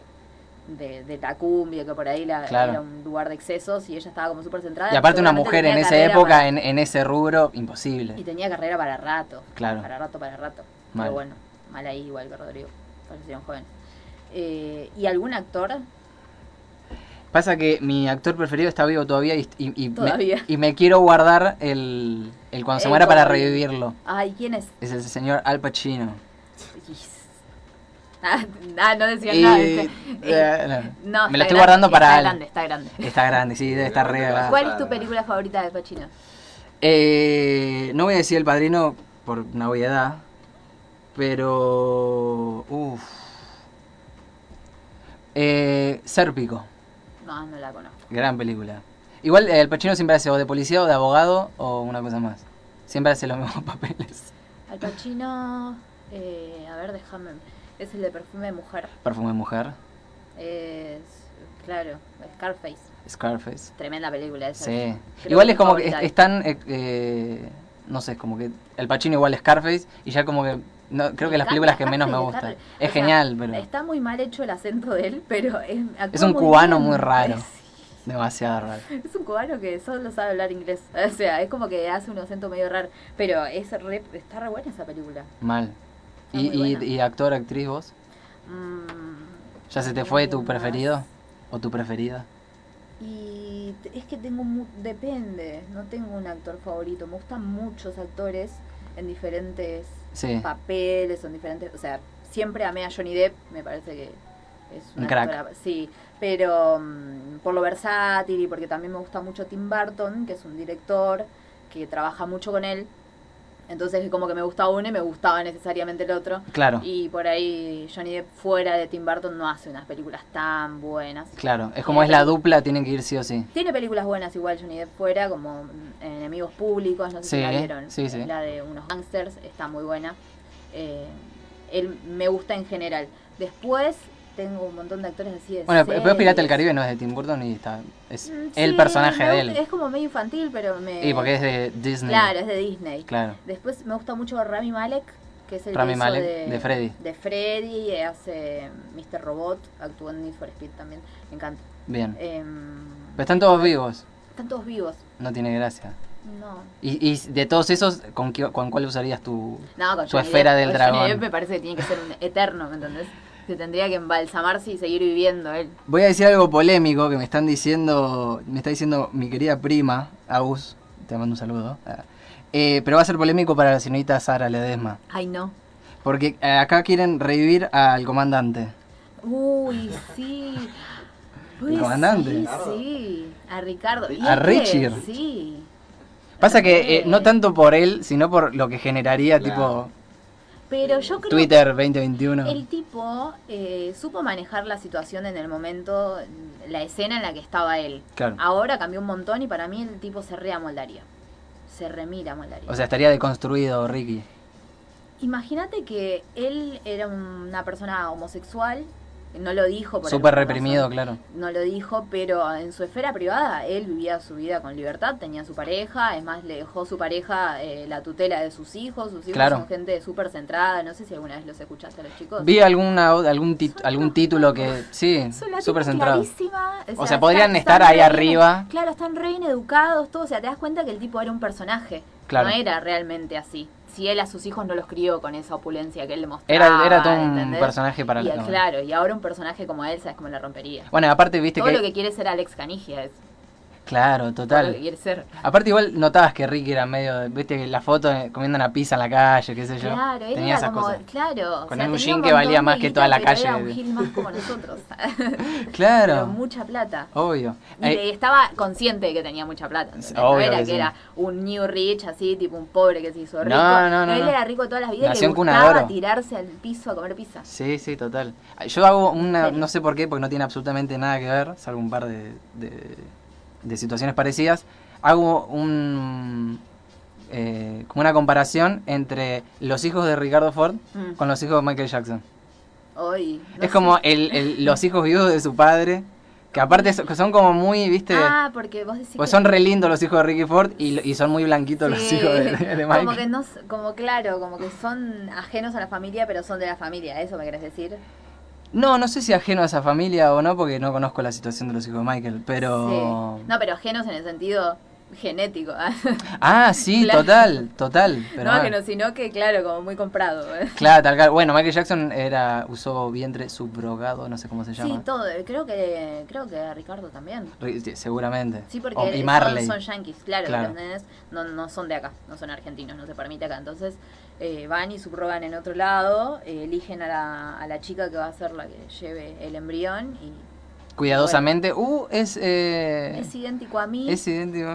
S2: de, de tacumbia, que por ahí la,
S1: Claro.
S2: era un lugar de excesos y ella estaba como súper centrada.
S1: Y aparte una
S2: Seguramente
S1: mujer en
S2: tenía
S1: esa
S2: carrera
S1: época,
S2: para-
S1: en, en ese rubro,
S2: y
S1: imposible.
S2: tenía carrera para rato.
S1: Claro.
S2: Para rato, para rato.
S1: Mal.
S2: Pero bueno, mal ahí igual que Rodrigo. Parecieron jóvenes. Eh, ¿Y algún actor?
S1: Pasa que mi actor preferido está vivo todavía y, y- y me-
S2: Todavía.
S1: y Me, quiero guardar el, el cuando se
S2: El
S1: muera para
S2: todavía.
S1: revivirlo.
S2: Ay, ¿quién es?
S1: Es el señor Al Pacino.
S2: Ah, ah, no decía
S1: Y-
S2: nada. este. Eh,
S1: eh, no.
S2: no,
S1: me lo
S2: está
S1: estoy guardando
S2: grande,
S1: para Ah. Al.
S2: Está grande, está grande.
S1: Está grande, sí, debe estar re.
S3: ¿Cuál?
S2: ¿Cuál es tu película favorita de Pacino?
S1: Eh, no voy a decir el padrino por una obviedad, pero. Uff. Eh, Sérpico,
S2: No, no la conozco.
S1: gran película. Igual eh, el Pachino siempre hace o de policía o de abogado o una cosa más. Siempre hace los mismos papeles.
S2: Al Pacino, eh, a ver, déjame. Es el de perfume de mujer.
S1: Perfume de mujer,
S2: Es, claro, Scarface.
S1: Scarface.
S2: Tremenda película esa.
S1: Sí.
S2: Creo
S1: Igual
S2: que
S1: es como
S2: mi
S1: que es-
S2: favorita.
S1: están. eh, eh, no sé, es como que. El Pachino igual es Scarface y ya como que. no, creo que las
S2: Scarface,
S1: películas que menos me
S2: Scarface,
S1: gustan.
S2: Scarface.
S1: Es
S2: O sea,
S1: genial, pero.
S2: Está muy mal hecho el acento de él, pero es,
S1: Es
S2: actúa
S1: un cubano
S2: bien.
S1: muy raro.
S2: Sí.
S1: Demasiado raro.
S2: Es un cubano que solo sabe hablar inglés. O sea, es como que hace un acento medio raro. Pero es re- está re buena esa película.
S1: Mal.
S2: Está
S1: ¿Y,
S2: muy
S1: y-
S2: buena.
S1: y actor, actriz vos?
S2: Mm,
S1: ¿Ya se te fue tu
S2: ¿Alguien
S1: preferido?
S2: más?
S1: ¿O tu preferida?
S2: Y t- es que tengo. mu- Depende. No tengo un actor favorito. Me gustan muchos actores en diferentes
S1: Sí.
S2: papeles, son diferentes. O sea, siempre amé a Johnny Depp, me parece que es
S1: Un
S2: una
S1: crack.
S2: actora- Sí, pero mm, por lo versátil y porque también me gusta mucho Tim Burton, que es un director que trabaja mucho con él. Entonces, como que me gustaba uno y me gustaba necesariamente el otro.
S1: Claro,
S2: Y por ahí Johnny Depp fuera de Tim Burton no hace unas películas tan buenas.
S1: claro. Es como es la dupla, tienen que ir sí o sí.
S2: Tiene películas buenas igual Johnny Depp fuera, como mm, Enemigos Públicos, no sé
S1: Sí,
S2: si la vieron.
S1: sí, sí.
S2: La de unos gangsters, está muy buena. Eh, él me gusta en general. Después tengo un montón de actores así de
S1: Bueno, pero
S2: series.
S1: Pirata del Caribe no es de Tim Burton y está. Es
S2: Mm,
S1: el
S2: sí,
S1: personaje
S2: me
S1: de
S2: gusta-
S1: él.
S2: Es como medio infantil, pero me...
S1: Y porque es de Disney.
S2: Claro, es de Disney.
S1: Claro.
S2: Después me gusta mucho Rami Malek, que es el que
S1: Rami
S2: hizo
S1: Malek,
S2: de,
S1: de Freddy.
S2: De Freddy, eh, hace Mr. Robot, actuó en Need for Speed también. Me encanta.
S1: Bien.
S2: Em,
S1: Pero están todos vivos.
S2: están todos vivos.
S1: No tiene gracia.
S2: No,
S1: Y, y de todos esos, ¿con, qué- con cuál usarías tu...?
S2: No, con
S1: Su
S2: Johnny
S1: esfera
S2: Depp,
S1: del
S2: con
S1: dragón.
S2: Johnny Depp me parece que tiene que ser un eterno, ¿me entendés? Se tendría que embalsamarse y seguir viviendo él.
S1: Voy a decir algo polémico que me están diciendo, me está diciendo mi querida prima, Agus, te mando un saludo. Ah. Eh, pero va a ser polémico para la señorita Sara Ledesma,
S2: Ay, no.
S1: porque eh, acá quieren revivir al comandante.
S2: Uy, sí. Pues
S1: El comandante.
S2: Sí, sí. A Ricardo. Y
S1: A
S2: es que,
S1: Richie.
S2: Sí.
S1: Pasa que eh, no tanto por él, sino por lo que generaría
S3: Claro.
S2: Pero yo
S1: tipo
S2: creo
S1: Twitter
S2: que
S1: 2021.
S2: el tipo eh, supo manejar la situación en el momento, la escena en la que estaba él.
S1: Claro.
S2: Ahora cambió un montón y para mí el tipo se reamoldaría. Se remira moldaría.
S1: O sea, estaría deconstruido Ricky.
S2: Imagínate que él era una persona homosexual, no lo dijo por
S1: Súper
S2: alguna
S1: reprimido,
S2: razón,
S1: claro.
S2: No lo dijo, pero en su esfera privada él vivía su vida con libertad, tenía su pareja, es más, le dejó su pareja eh, la tutela de sus hijos, sus hijos
S1: Claro.
S2: son gente súper centrada, no sé si alguna vez los escuchaste a los chicos.
S1: Vi alguna, o- algún, tit- algún título que... Sí,
S2: Son la
S1: súper
S2: tipa
S1: centrado.
S2: clarísima,
S1: O sea, podrían estar ahí
S2: re bien-
S1: arriba.
S2: Claro, están re bien educados, todo. O sea, te das cuenta que el tipo era un personaje.
S1: Claro.
S2: No era realmente así. Si él a sus hijos no los crió con esa opulencia que él le mostraba.
S1: Era, era todo un
S2: ¿entendés?
S1: personaje para
S2: y,
S1: la cámara.
S2: Claro, y ahora un personaje como él, ¿sabes cómo la rompería?
S1: Bueno, aparte viste
S2: Todo
S1: que...
S2: lo que quiere ser Alex Canigia es
S1: Claro,
S2: todo
S1: total.
S2: lo que quiere ser.
S1: Aparte igual notabas que Ricky era medio, de- viste que la foto eh, comiendo una pizza en la calle, qué sé yo.
S2: Claro, él
S1: Tenía
S2: era
S1: esas
S2: como,
S1: cosas.
S2: claro.
S1: Con
S2: o sea,
S1: un
S2: tenía
S1: jean que
S2: montón
S1: valía
S2: de
S1: más que
S2: guita,
S1: toda la
S2: pero Era
S1: calle.
S2: un gil más como nosotros. Pero
S1: Claro,
S2: mucha plata.
S1: obvio.
S2: Y
S1: Eh,
S2: le- estaba consciente de que tenía mucha plata. ¿entendés? no
S1: Obvio
S2: era
S1: que
S2: que,
S1: sí.
S2: era un new rich, así, tipo un pobre que se hizo
S1: No,
S2: rico.
S1: no, no,
S2: Él
S1: no.
S2: era rico todas las vidas y
S1: Nació
S2: le
S1: en cuna de oro.
S2: gustaba tirarse al piso a comer pizza.
S1: sí, sí, total. Yo hago una,
S2: Feliz.
S1: no sé por qué, porque no tiene absolutamente nada que ver, salvo un par de, de, de situaciones parecidas. Hago un, eh, como una comparación entre los hijos de Ricardo Ford
S2: Mm.
S1: con los hijos de Michael Jackson.
S2: Hoy. no
S1: es como
S2: sé.
S1: el- el- los hijos viudos de su padre, que aparte so- que son como muy, viste,
S2: Ah, porque vos decís.
S1: este- pues
S2: que-
S1: son re lindos los hijos de Ricky Ford y, lo- y son muy blanquitos los
S2: Sí.
S1: hijos de, de- de
S2: Como que
S1: Michael.
S2: no, s- como claro, como que son ajenos a la familia, pero son de la familia, ¿eso me querés decir?
S1: No, no sé si ajeno a esa familia o no, porque no conozco la situación de los hijos de Michael, pero...
S2: Sí. No, pero ajenos en el sentido genético. ah.
S1: Ah, sí,
S2: Claro.
S1: total, total. Pero ah,
S2: no ajenos, sino que, claro, como muy comprado. ¿eh?
S1: Claro, tal cual. Bueno, Michael Jackson era usó vientre subrogado, no sé cómo se
S2: Sí,
S1: llama.
S2: todo. Creo que, creo que Ricardo también.
S1: Ri- sí, Seguramente.
S2: Sí, porque
S1: O- y
S2: son-
S1: Marley.
S2: Son, yanquis, claro, y
S1: Claro.
S2: los nenes no, no son de acá, no son argentinos, no se permite acá. Entonces eh, van y subrogan en otro lado, eh, eligen a la, a la chica que va a ser la que lleve el embrión y
S1: Cuidadosamente. Uh, es. eh,
S2: es idéntico Ah. a mí,
S1: es
S2: es,
S1: idéntico.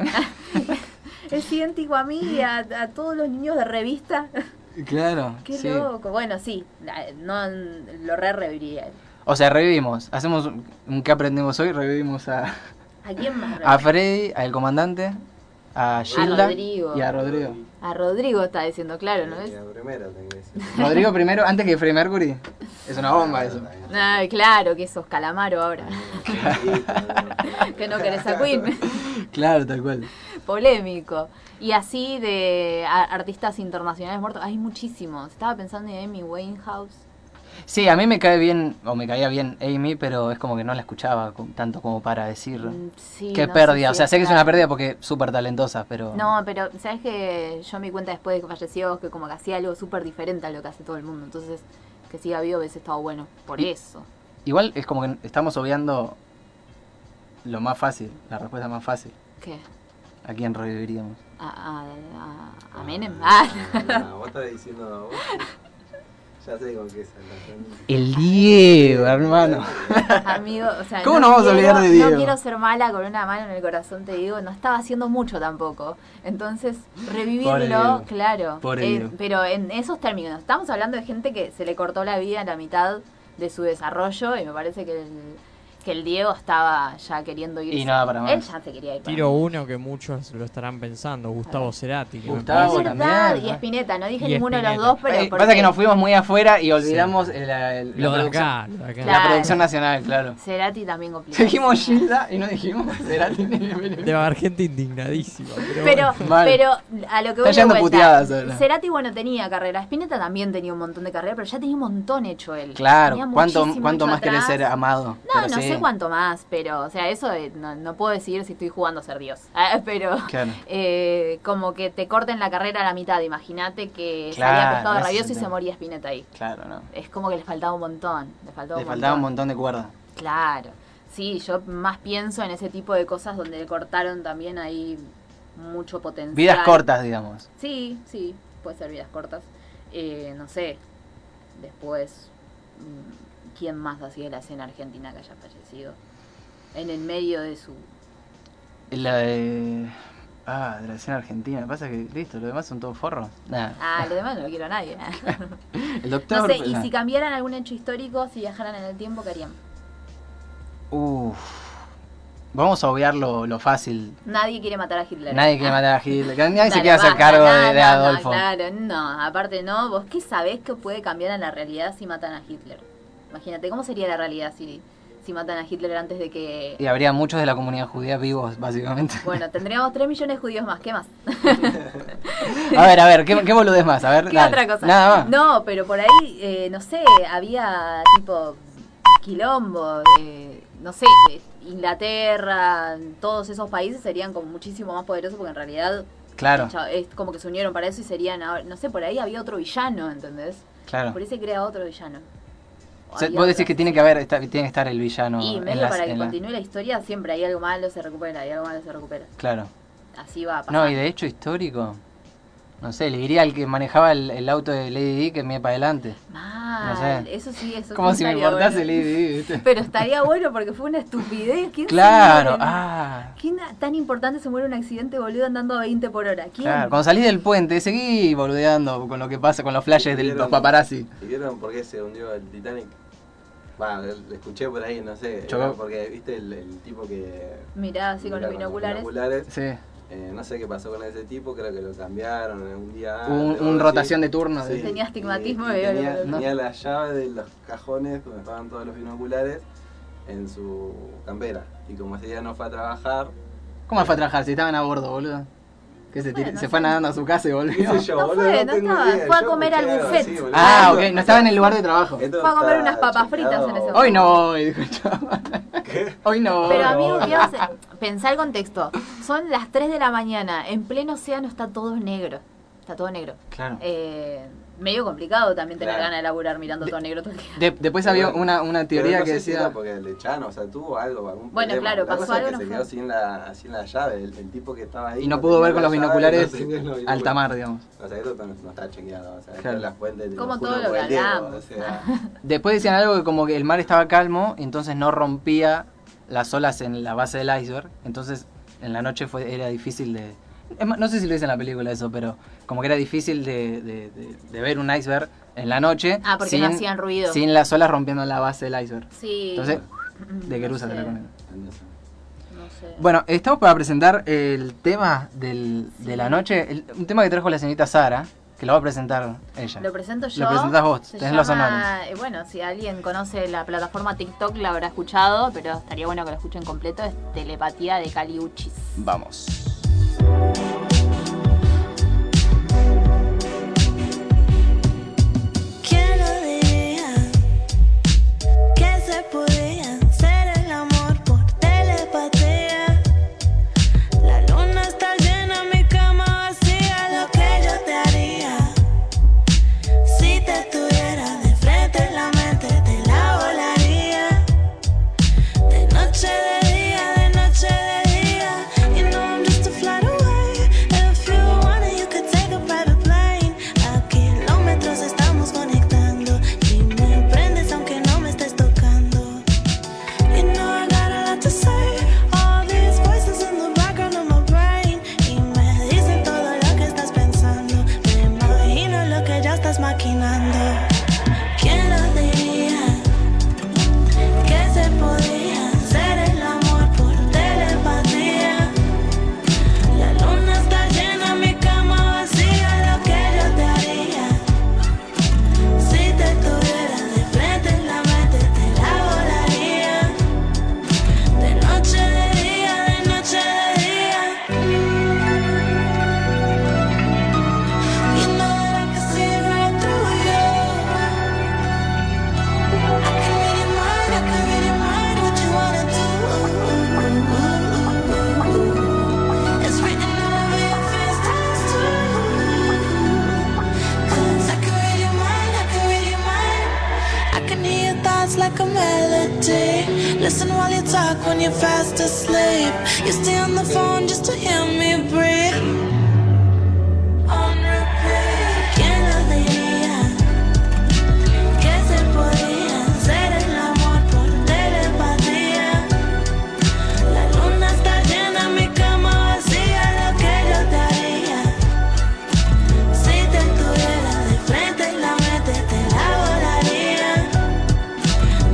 S2: idéntico a mí y a, a todos los niños de revista.
S1: claro.
S2: Qué
S1: sí.
S2: loco. Bueno, sí, la- no, lo re reviviría.
S1: O sea, revivimos. Hacemos un- un que aprendimos hoy. Revivimos a,
S2: ¿A quién más
S1: a
S2: reviviría?
S1: Freddy, al comandante, a Gilda
S2: Rodrigo.
S1: y a Rodrigo.
S2: A Rodrigo está diciendo, claro, ¿no es?
S3: La primera tengo que decir.
S1: Rodrigo primero, antes que Freddie Mercury. Es una bomba eso.
S2: Ay, claro, que sos calamaro ahora. Que
S3: Que
S2: no querés a Queen.
S1: Claro, tal cual.
S2: polémico. Y así de a- artistas internacionales muertos, hay muchísimos. Estaba pensando en Amy Winehouse.
S1: Sí, a mí me cae bien, o me caía bien Amy, pero es como que no la escuchaba co- tanto como para decir.
S2: Mm, sí,
S1: Qué
S2: no sé
S1: pérdida,
S2: si
S1: o sea, sé que es
S2: está-
S1: una pérdida porque súper talentosa, pero...
S2: No, pero sabes que yo me di cuenta después de que falleció que como que hacía algo súper diferente a lo que hace todo el mundo. Entonces, que siga vivo hubiese estado bueno por
S1: Y-
S2: eso.
S1: Igual es como que estamos obviando lo más fácil, la respuesta más fácil.
S2: ¿Qué?
S1: ¿A quién reviviríamos?
S2: A, a- a- a Menem. Ah,
S3: Vos estás diciendo. vos- Ya sé con qué saltas.
S1: El Diego, hermano.
S2: amigo, o sea,
S1: ¿Cómo
S2: no
S1: nos vamos a olvidar
S2: quiero-
S1: de
S2: No
S1: Diego?
S2: quiero ser mala con una mano en el corazón, te digo, no estaba haciendo mucho tampoco. Entonces,
S1: Pobre
S2: revivirlo,
S1: Diego.
S2: claro. eh,
S1: Pobre Diego.
S2: pero en esos términos, estamos hablando de gente que se le cortó la vida a la mitad de su desarrollo y me parece que el, que el Diego estaba ya queriendo irse.
S1: Y nada para más.
S2: Él ya se quería ir. para
S4: Tiro
S2: más.
S4: uno que muchos lo estarán pensando, Gustavo Cerati. que me
S1: Gustavo
S2: Es
S4: parece-
S2: verdad,
S1: también,
S2: y
S1: ¿no?
S2: Espineta, no dije
S4: Y
S2: ninguno de los
S4: Spinetta.
S2: dos, pero...
S1: Eh,
S2: porque
S1: pasa que nos fuimos muy afuera y olvidamos el- la, el- la
S4: Lo de
S1: producción,
S4: acá, lo de acá.
S1: la
S2: Claro.
S1: producción nacional, claro.
S2: Cerati también complicado.
S1: Dijimos Gilda y no dijimos Cerati ni
S4: Debe haber gente indignadísima. Pero,
S2: Pero,
S4: bueno.
S1: Mal.
S2: pero a lo que
S1: Está
S2: voy de
S1: yendo
S2: vuelta,
S1: puteadas ahora.
S2: Cerati, bueno, tenía carrera. Spinetta también tenía un montón de carrera, pero ya tenía un montón hecho él.
S1: Claro,
S2: Tenía
S1: ¿cuánto,
S2: muchísimo
S1: cuánto
S2: hecho
S1: más querés
S2: atrás.
S1: ser amado?
S2: No,
S1: Pero
S2: no
S1: sí.
S2: sé cuánto más, pero, o sea, eso eh, no, no puedo decidir si estoy jugando a ser Dios. Ah, Pero,
S1: Claro.
S2: eh, como que te corten la carrera a la mitad. Imagínate que
S1: Claro,
S2: salía pescado
S1: ese es
S2: rabioso
S1: el
S2: y se
S1: tema.
S2: moría Spinetta ahí.
S1: Claro, no.
S2: Es como que le faltaba un montón. Le faltaba,
S1: Le faltaba un montón de cuerda.
S2: Claro. Sí, yo más pienso en ese tipo de cosas donde le cortaron también ahí mucho potencial.
S1: Vidas cortas, digamos.
S2: Sí, sí, puede ser vidas cortas. Eh, no sé, después, mm, ¿quién más hacía la escena argentina que haya fallecido? En el medio de su...
S1: La de. Ah, de la escena argentina. Pasa que, listo, lo demás son todos forros. Nah.
S2: Ah, lo demás no lo quiero a nadie.
S1: El
S2: No
S1: doctor.
S2: sé, y
S1: nah.
S2: si cambiaran algún hecho histórico, si viajaran en el tiempo, ¿qué harían?
S1: Uf. Vamos a obviar lo, lo fácil.
S2: Nadie quiere matar a Hitler.
S1: Nadie quiere matar a Hitler. Nadie
S2: Claro,
S1: se quiere hacer
S2: Ah. basta,
S1: cargo
S2: no,
S1: de, de
S2: no, no,
S1: Adolfo.
S2: claro, no, aparte no. ¿Vos qué sabés que puede cambiar en la realidad si matan a Hitler? Imagínate, ¿cómo sería la realidad si, si matan a Hitler antes de que
S1: Y habría muchos de la comunidad judía vivos, básicamente.
S2: Bueno, tendríamos 3 millones de judíos más, ¿qué más?
S1: A ver, a ver, ¿qué, qué boludez más? A ver,
S2: ¿Qué
S1: dale.
S2: otra cosa?
S1: Nada más.
S2: No, pero por ahí, eh, no sé, había tipo quilombo, eh, no sé, eh, Inglaterra, todos esos países serían como muchísimo más poderosos porque en realidad
S1: Claro,
S2: ya es como que se unieron para eso y serían, ahora- no sé, por ahí había otro villano, ¿entendés?
S1: claro.
S2: Por ahí se crea otro villano. O
S1: O sea,
S2: había
S1: Ah. vos
S2: otro.
S1: decís que tiene que haber, está- tiene que estar el villano.
S2: Y
S1: en
S2: medio
S1: las-
S2: para que
S1: en la-
S2: continúe la historia, siempre hay algo malo, se recupera, hay algo malo, se recupera.
S1: Claro.
S2: Así va a pasar.
S1: No, y de hecho histórico. No sé, le diría al que manejaba el, el auto de Lady Di que mire para adelante.
S2: Mal,
S1: No sé.
S2: eso sí, eso
S1: Como
S2: sí
S1: si me
S2: estaría
S1: importase
S2: bueno.
S1: Lady Di, ¿viste?
S2: Pero estaría bueno porque fue una estupidez. ¿Quién se
S1: Claro,
S2: muere?
S1: ah.
S2: ¿Quién a- tan importante se muere en un accidente boludo andando a 20 por hora? ¿Quién?
S1: Claro, cuando salí del puente seguí boludeando con lo que pasa, con los flashes de los
S3: Vieron-
S1: paparazzi.
S3: ¿Y vieron por qué se hundió el Titanic? Va, lo escuché por ahí, no sé.
S1: Chocó.
S3: Porque viste el, el tipo que.
S2: Mirá, así con los
S3: mira,
S2: binoculares.
S3: binoculares,
S1: Sí.
S3: Eh, no sé qué pasó con ese tipo, creo que lo cambiaron un día.
S1: Hubo un-
S3: antes,
S1: un
S3: algo
S1: rotación de turnos, ¿eh?
S2: Tenía astigmatismo
S3: y- y
S2: y ahora
S3: tenía,
S2: lo-
S1: ¿no?
S3: tenía la llave de los cajones donde estaban todos los binoculares en su campera. Y como ese día no fue a trabajar,
S1: ¿Cómo fue a trabajar? Si estaban a bordo, boludo. Que se, tir-
S2: Bueno,
S1: se fue
S2: sí.
S1: nadando a su casa y
S3: qué
S1: volvió.
S3: sé yo,
S2: No
S3: boludo,
S2: fue, no
S3: tengo
S2: estaba,
S3: idea.
S2: fue a
S3: Yo
S2: comer al
S3: escuché algo
S2: buffet.
S3: así, boludo.
S1: Ah, ok, no estaba en el lugar de trabajo.
S3: Esto
S2: Fue a comer
S3: está
S2: unas papas fritas en ese
S3: chequeado.
S1: Hoy no voy, dijo el chaval. Hoy no voy.
S2: Pero
S3: a mí-
S2: amigo,
S3: no.
S2: ¿qué vas a Pensá el contexto. Son las 3 de la mañana. En pleno océano está todo negro. Está todo negro.
S1: Claro.
S2: Eh, medio complicado también tener
S3: Claro.
S2: ganas de laburar mirando todo negro todo el día.
S1: De- después había una, una
S3: Pero
S1: teoría
S3: no
S1: que
S3: sé si
S1: decía...
S3: era porque le echaron, o sea, tuvo algo, algún
S2: Bueno,
S3: problema.
S2: claro,
S3: La
S2: pasó
S3: cosa es
S2: algo,
S3: que
S2: no
S3: se
S2: fue-
S3: quedó sin la, sin la llave, el, el tipo que estaba ahí.
S1: Y no pudo
S3: tenía
S1: ver con
S3: la
S1: los
S3: llave,
S1: binoculares
S3: no tenía los binoculares.
S1: Alta mar, digamos.
S3: O sea, esto no, no está chequeado, o sea,
S1: Claro.
S3: claro. las fuentes de
S2: Como todo lo que hablamos.
S3: O sea,
S1: Después decían algo que como que el mar estaba calmo, entonces no rompía las olas en la base del iceberg. Entonces en la noche fue, era difícil de... es más, No sé si lo dice en la película eso, pero como que era difícil de, de- de- de ver un iceberg en la noche.
S2: Ah, porque no hacían ruido.
S1: Sin las olas rompiendo la base del iceberg.
S2: Sí.
S1: Entonces, de
S2: No
S1: Querusa
S2: sé,
S1: te la recomiendo.
S3: no sé.
S2: no sé.
S1: Bueno, estamos para presentar el tema del- de la noche, el- un tema que trajo la señorita Sara, que lo va a presentar ella.
S2: Lo presento yo.
S1: Lo presentas vos,
S2: Se
S1: tenés los
S2: llama-
S1: honores.
S2: eh, Bueno, si alguien conoce la plataforma TikTok la habrá escuchado, pero estaría bueno que lo escuchen completo. Es Telepatía de Cali Uchis.
S1: Vamos.
S6: Quiero diría que se podía hacer el amor por telepatía. La luna está llena, mi cama vacía. Lo que yo te haría si te tuviera de frente en la mente, te la volaría. De noche de día, de noche de día. You know I'm just a flight away. If you want it, you could take a private plane. A kilómetros estamos conectando. Y me prendes aunque no me estés tocando. You know I got a lot to say. All these voices in the background of my brain. Y me dicen todo lo que estás pensando. Me imagino lo que ya estás maquinando. ¿Quién lo diría? Que se podía hacer el amor por telepatía. La luna está llena, mi cama vacía. Lo que yo te haría si te tuviera de frente en la mente, te la volaría. De noche de día, de noche de día. You know that I can see right through you. I can read your mind, I can read your mind, what you wanna do. It's written all over your face, that's true. I can read your mind, I can read your mind. I can hear your thoughts like a melody. Listen while you talk when you're fast asleep. You stay on the phone just to hear me breathe. On repeat, can I que se podía hacer el amor por telepatía. La luna está llena, mi cama vacía, lo que yo te haría. Si te tuviera de frente en la mente, te la volaría.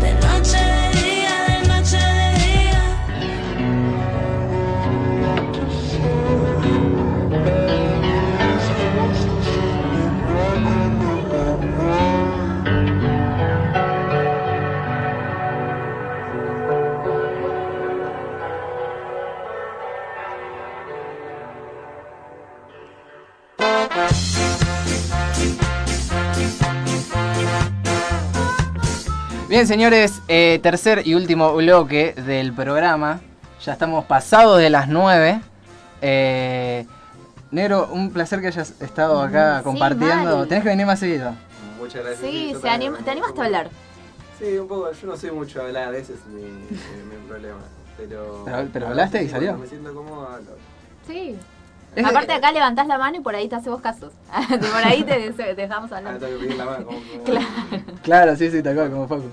S6: De noche de día, de noche de día.
S1: Bien, señores, eh, tercer y último bloque del programa. Ya estamos pasados de las 9. Eh, Negro, un placer que hayas estado acá
S2: Mm, sí,
S1: compartiendo.
S2: mal.
S1: Tenés que venir más seguido.
S3: Muchas gracias.
S2: Sí,
S3: yo
S2: se
S3: también
S2: anima-
S3: me
S2: te animaste a
S3: gustó
S2: hablar.
S3: mucho. Sí, un poco, yo no sé mucho hablar, ese es mi, mi- mi problema. Pero,
S1: Pero- pero
S3: a
S1: hablaste
S3: veces
S1: y
S3: sí,
S1: salió.
S3: cuando Me siento cómodo, hablo.
S2: Sí.
S1: Es-
S2: Aparte acá levantás la mano y por ahí te hace vos casos. por ahí te, te dejamos
S3: Ah,
S2: hablar.
S3: tengo que pedir la mano. Como, claro.
S1: Claro, sí, sí, te acuerdo, como Facu.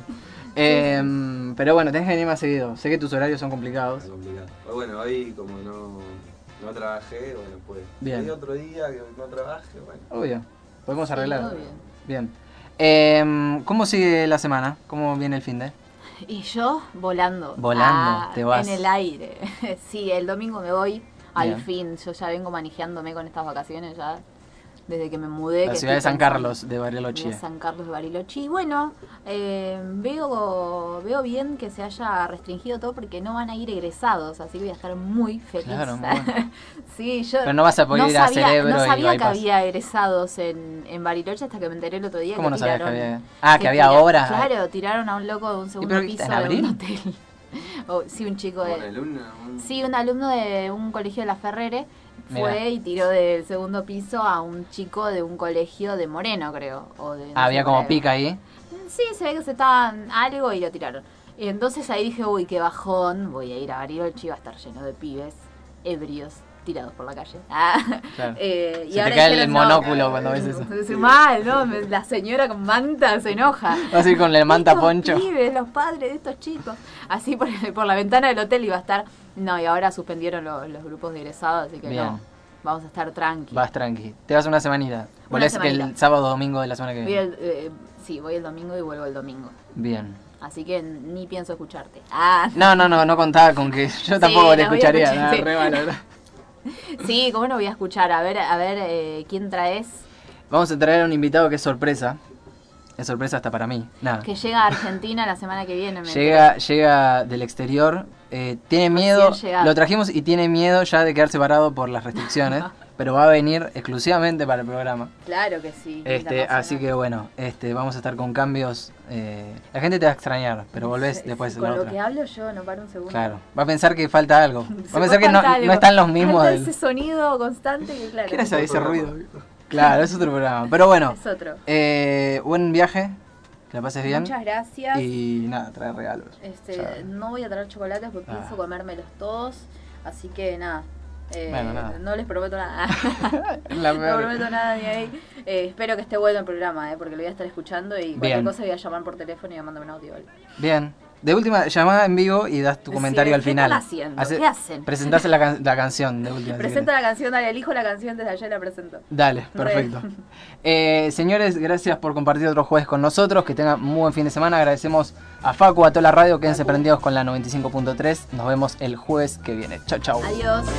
S1: Eh, pero bueno, tenés que venir más seguido. Sé que tus horarios son complicados.
S3: Está complicado. Pero Bueno, hoy como no, no trabajé, bueno, pues.
S1: Bien.
S3: Y otro día que no trabaje, bueno.
S1: Obvio. Podemos
S2: Sí,
S1: arreglar.
S2: obvio.
S1: Bien. Em, ¿Cómo sigue la semana? ¿Cómo viene el fin de?
S2: Eh, Y yo volando.
S1: Volando,
S2: Ah,
S1: te vas.
S2: En el aire. sí, el domingo me voy Al
S1: Bien.
S2: fin, yo ya vengo manejándome con estas vacaciones ya desde que me mudé.
S1: La
S2: que
S1: ciudad de
S2: estoy
S1: San
S2: pensando-
S1: Carlos, de Bariloche.
S2: de San Carlos de Bariloche. Y bueno, eh, veo, veo bien que se haya restringido todo porque no van a ir egresados, así que voy a estar muy feliz.
S1: Claro, muy bueno.
S2: sí, yo
S1: Pero no vas a poder ir a
S2: sabía,
S1: Cerebro
S2: no
S1: y
S2: sabía que
S1: Bypass.
S2: había egresados en, en Bariloche hasta que me enteré el otro día
S1: ¿Cómo
S2: que
S1: no sabías que
S2: tiraron.
S1: había? Ah, que había
S2: tira-
S1: horas.
S2: Claro, tiraron a un loco de un segundo
S1: pero qué
S2: piso
S1: está,
S2: de
S1: en
S2: un
S1: abril?
S2: hotel. O, sí, un chico
S3: Un
S2: de,
S3: alumno, un-
S2: Sí, un alumno de un colegio de La Ferrere fue
S1: Mirá.
S2: y tiró del segundo piso a un chico de un colegio de Moreno, creo. O de, no
S1: Ah, Había
S2: sé,
S1: como
S2: Moreno.
S1: pica ahí.
S2: Sí, se ve que se estaban algo y lo tiraron. Y entonces ahí dije, uy, qué bajón, voy a ir a Bariloche y va a estar lleno de pibes ebrios tirados por la calle. Ah,
S1: Claro.
S2: eh,
S1: Se
S2: y
S1: te
S2: ahora
S1: cae el
S2: dijeron,
S1: monóculo cuando ves eso.
S2: Es mal, ¿no? Me- La señora con manta se enoja.
S1: Vas a ir con la manta
S2: Estos
S1: poncho.
S2: pibes, los padres de estos chicos. Así por, por la ventana del hotel iba a estar. No, y ahora suspendieron lo- los grupos de egresados, así que
S1: Bien.
S2: no. Vamos a estar tranquilos.
S1: Vas tranqui. Te vas una semanita. Volvés que el
S2: semanita.
S1: sábado o domingo de la semana que viene.
S2: eh, sí, voy el domingo y vuelvo el domingo.
S1: Bien.
S2: Así que ni pienso escucharte. Ah,
S1: No, no, no, no contaba con que yo tampoco le
S2: la voy a
S1: escucharía.
S2: escuchar,
S1: no,
S2: sí.
S1: re malo, ¿verdad?
S2: sí, ¿cómo no voy a escuchar? A ver, a ver, eh, ¿quién traes?
S1: Vamos a traer a un invitado que es sorpresa. Es sorpresa hasta para mí. Nada.
S2: Que llega a Argentina la semana que viene. me
S1: Llega, llega del exterior, eh, tiene miedo,
S2: llegado.
S1: lo trajimos y tiene miedo ya de quedarse parado por las restricciones, pero va a venir exclusivamente para el programa.
S2: entero. Claro que sí.
S1: Este,
S2: internacional.
S1: así que bueno, este, vamos a estar con cambios. eh, la gente te va a extrañar, pero volvés
S2: Sí,
S1: después en
S2: Con
S1: la
S2: lo
S1: otra.
S2: que hablo yo, no para un segundo.
S1: Claro, va a pensar que falta algo. Va a pensar que no,
S2: Falta algo.
S1: no están los mismos.
S2: Falta
S1: del-
S2: ese sonido constante que claro.
S1: ¿Qué era ese, ese ruido? Claro, es otro programa. Pero bueno,
S2: Es otro.
S1: eh, buen viaje, que la pases bien.
S2: Muchas gracias.
S1: Y nada, trae regalos.
S2: Este,
S1: Ya.
S2: no voy a traer chocolates porque
S1: Ah.
S2: pienso comérmelos todos. Así que nada. eh,
S1: Bueno, nada.
S2: No les prometo nada.
S1: La
S2: no
S1: peor.
S2: prometo nada ni ahí. Eh, espero que esté bueno el programa, eh, porque lo voy a estar escuchando y cualquier
S1: Bien.
S2: cosa voy a llamar por teléfono y a mandarme un audio. ¿vale?
S1: Bien. De última, llamada en vivo y das tu
S2: Sí,
S1: comentario al
S2: ¿qué
S1: final.
S2: están haciendo? ¿Qué hacen?
S1: Presentás la, can- la canción de última. si
S2: Presenta la canción, dale, elijo la canción desde ayer la presento.
S1: querés. Dale, perfecto. Eh, señores, gracias por compartir otro jueves con nosotros. Que tengan muy buen fin de semana. Agradecemos a Facu, a toda la radio. Quédense prendidos con la 95.3. Nos vemos el jueves que viene. Chau, chau.
S2: Adiós.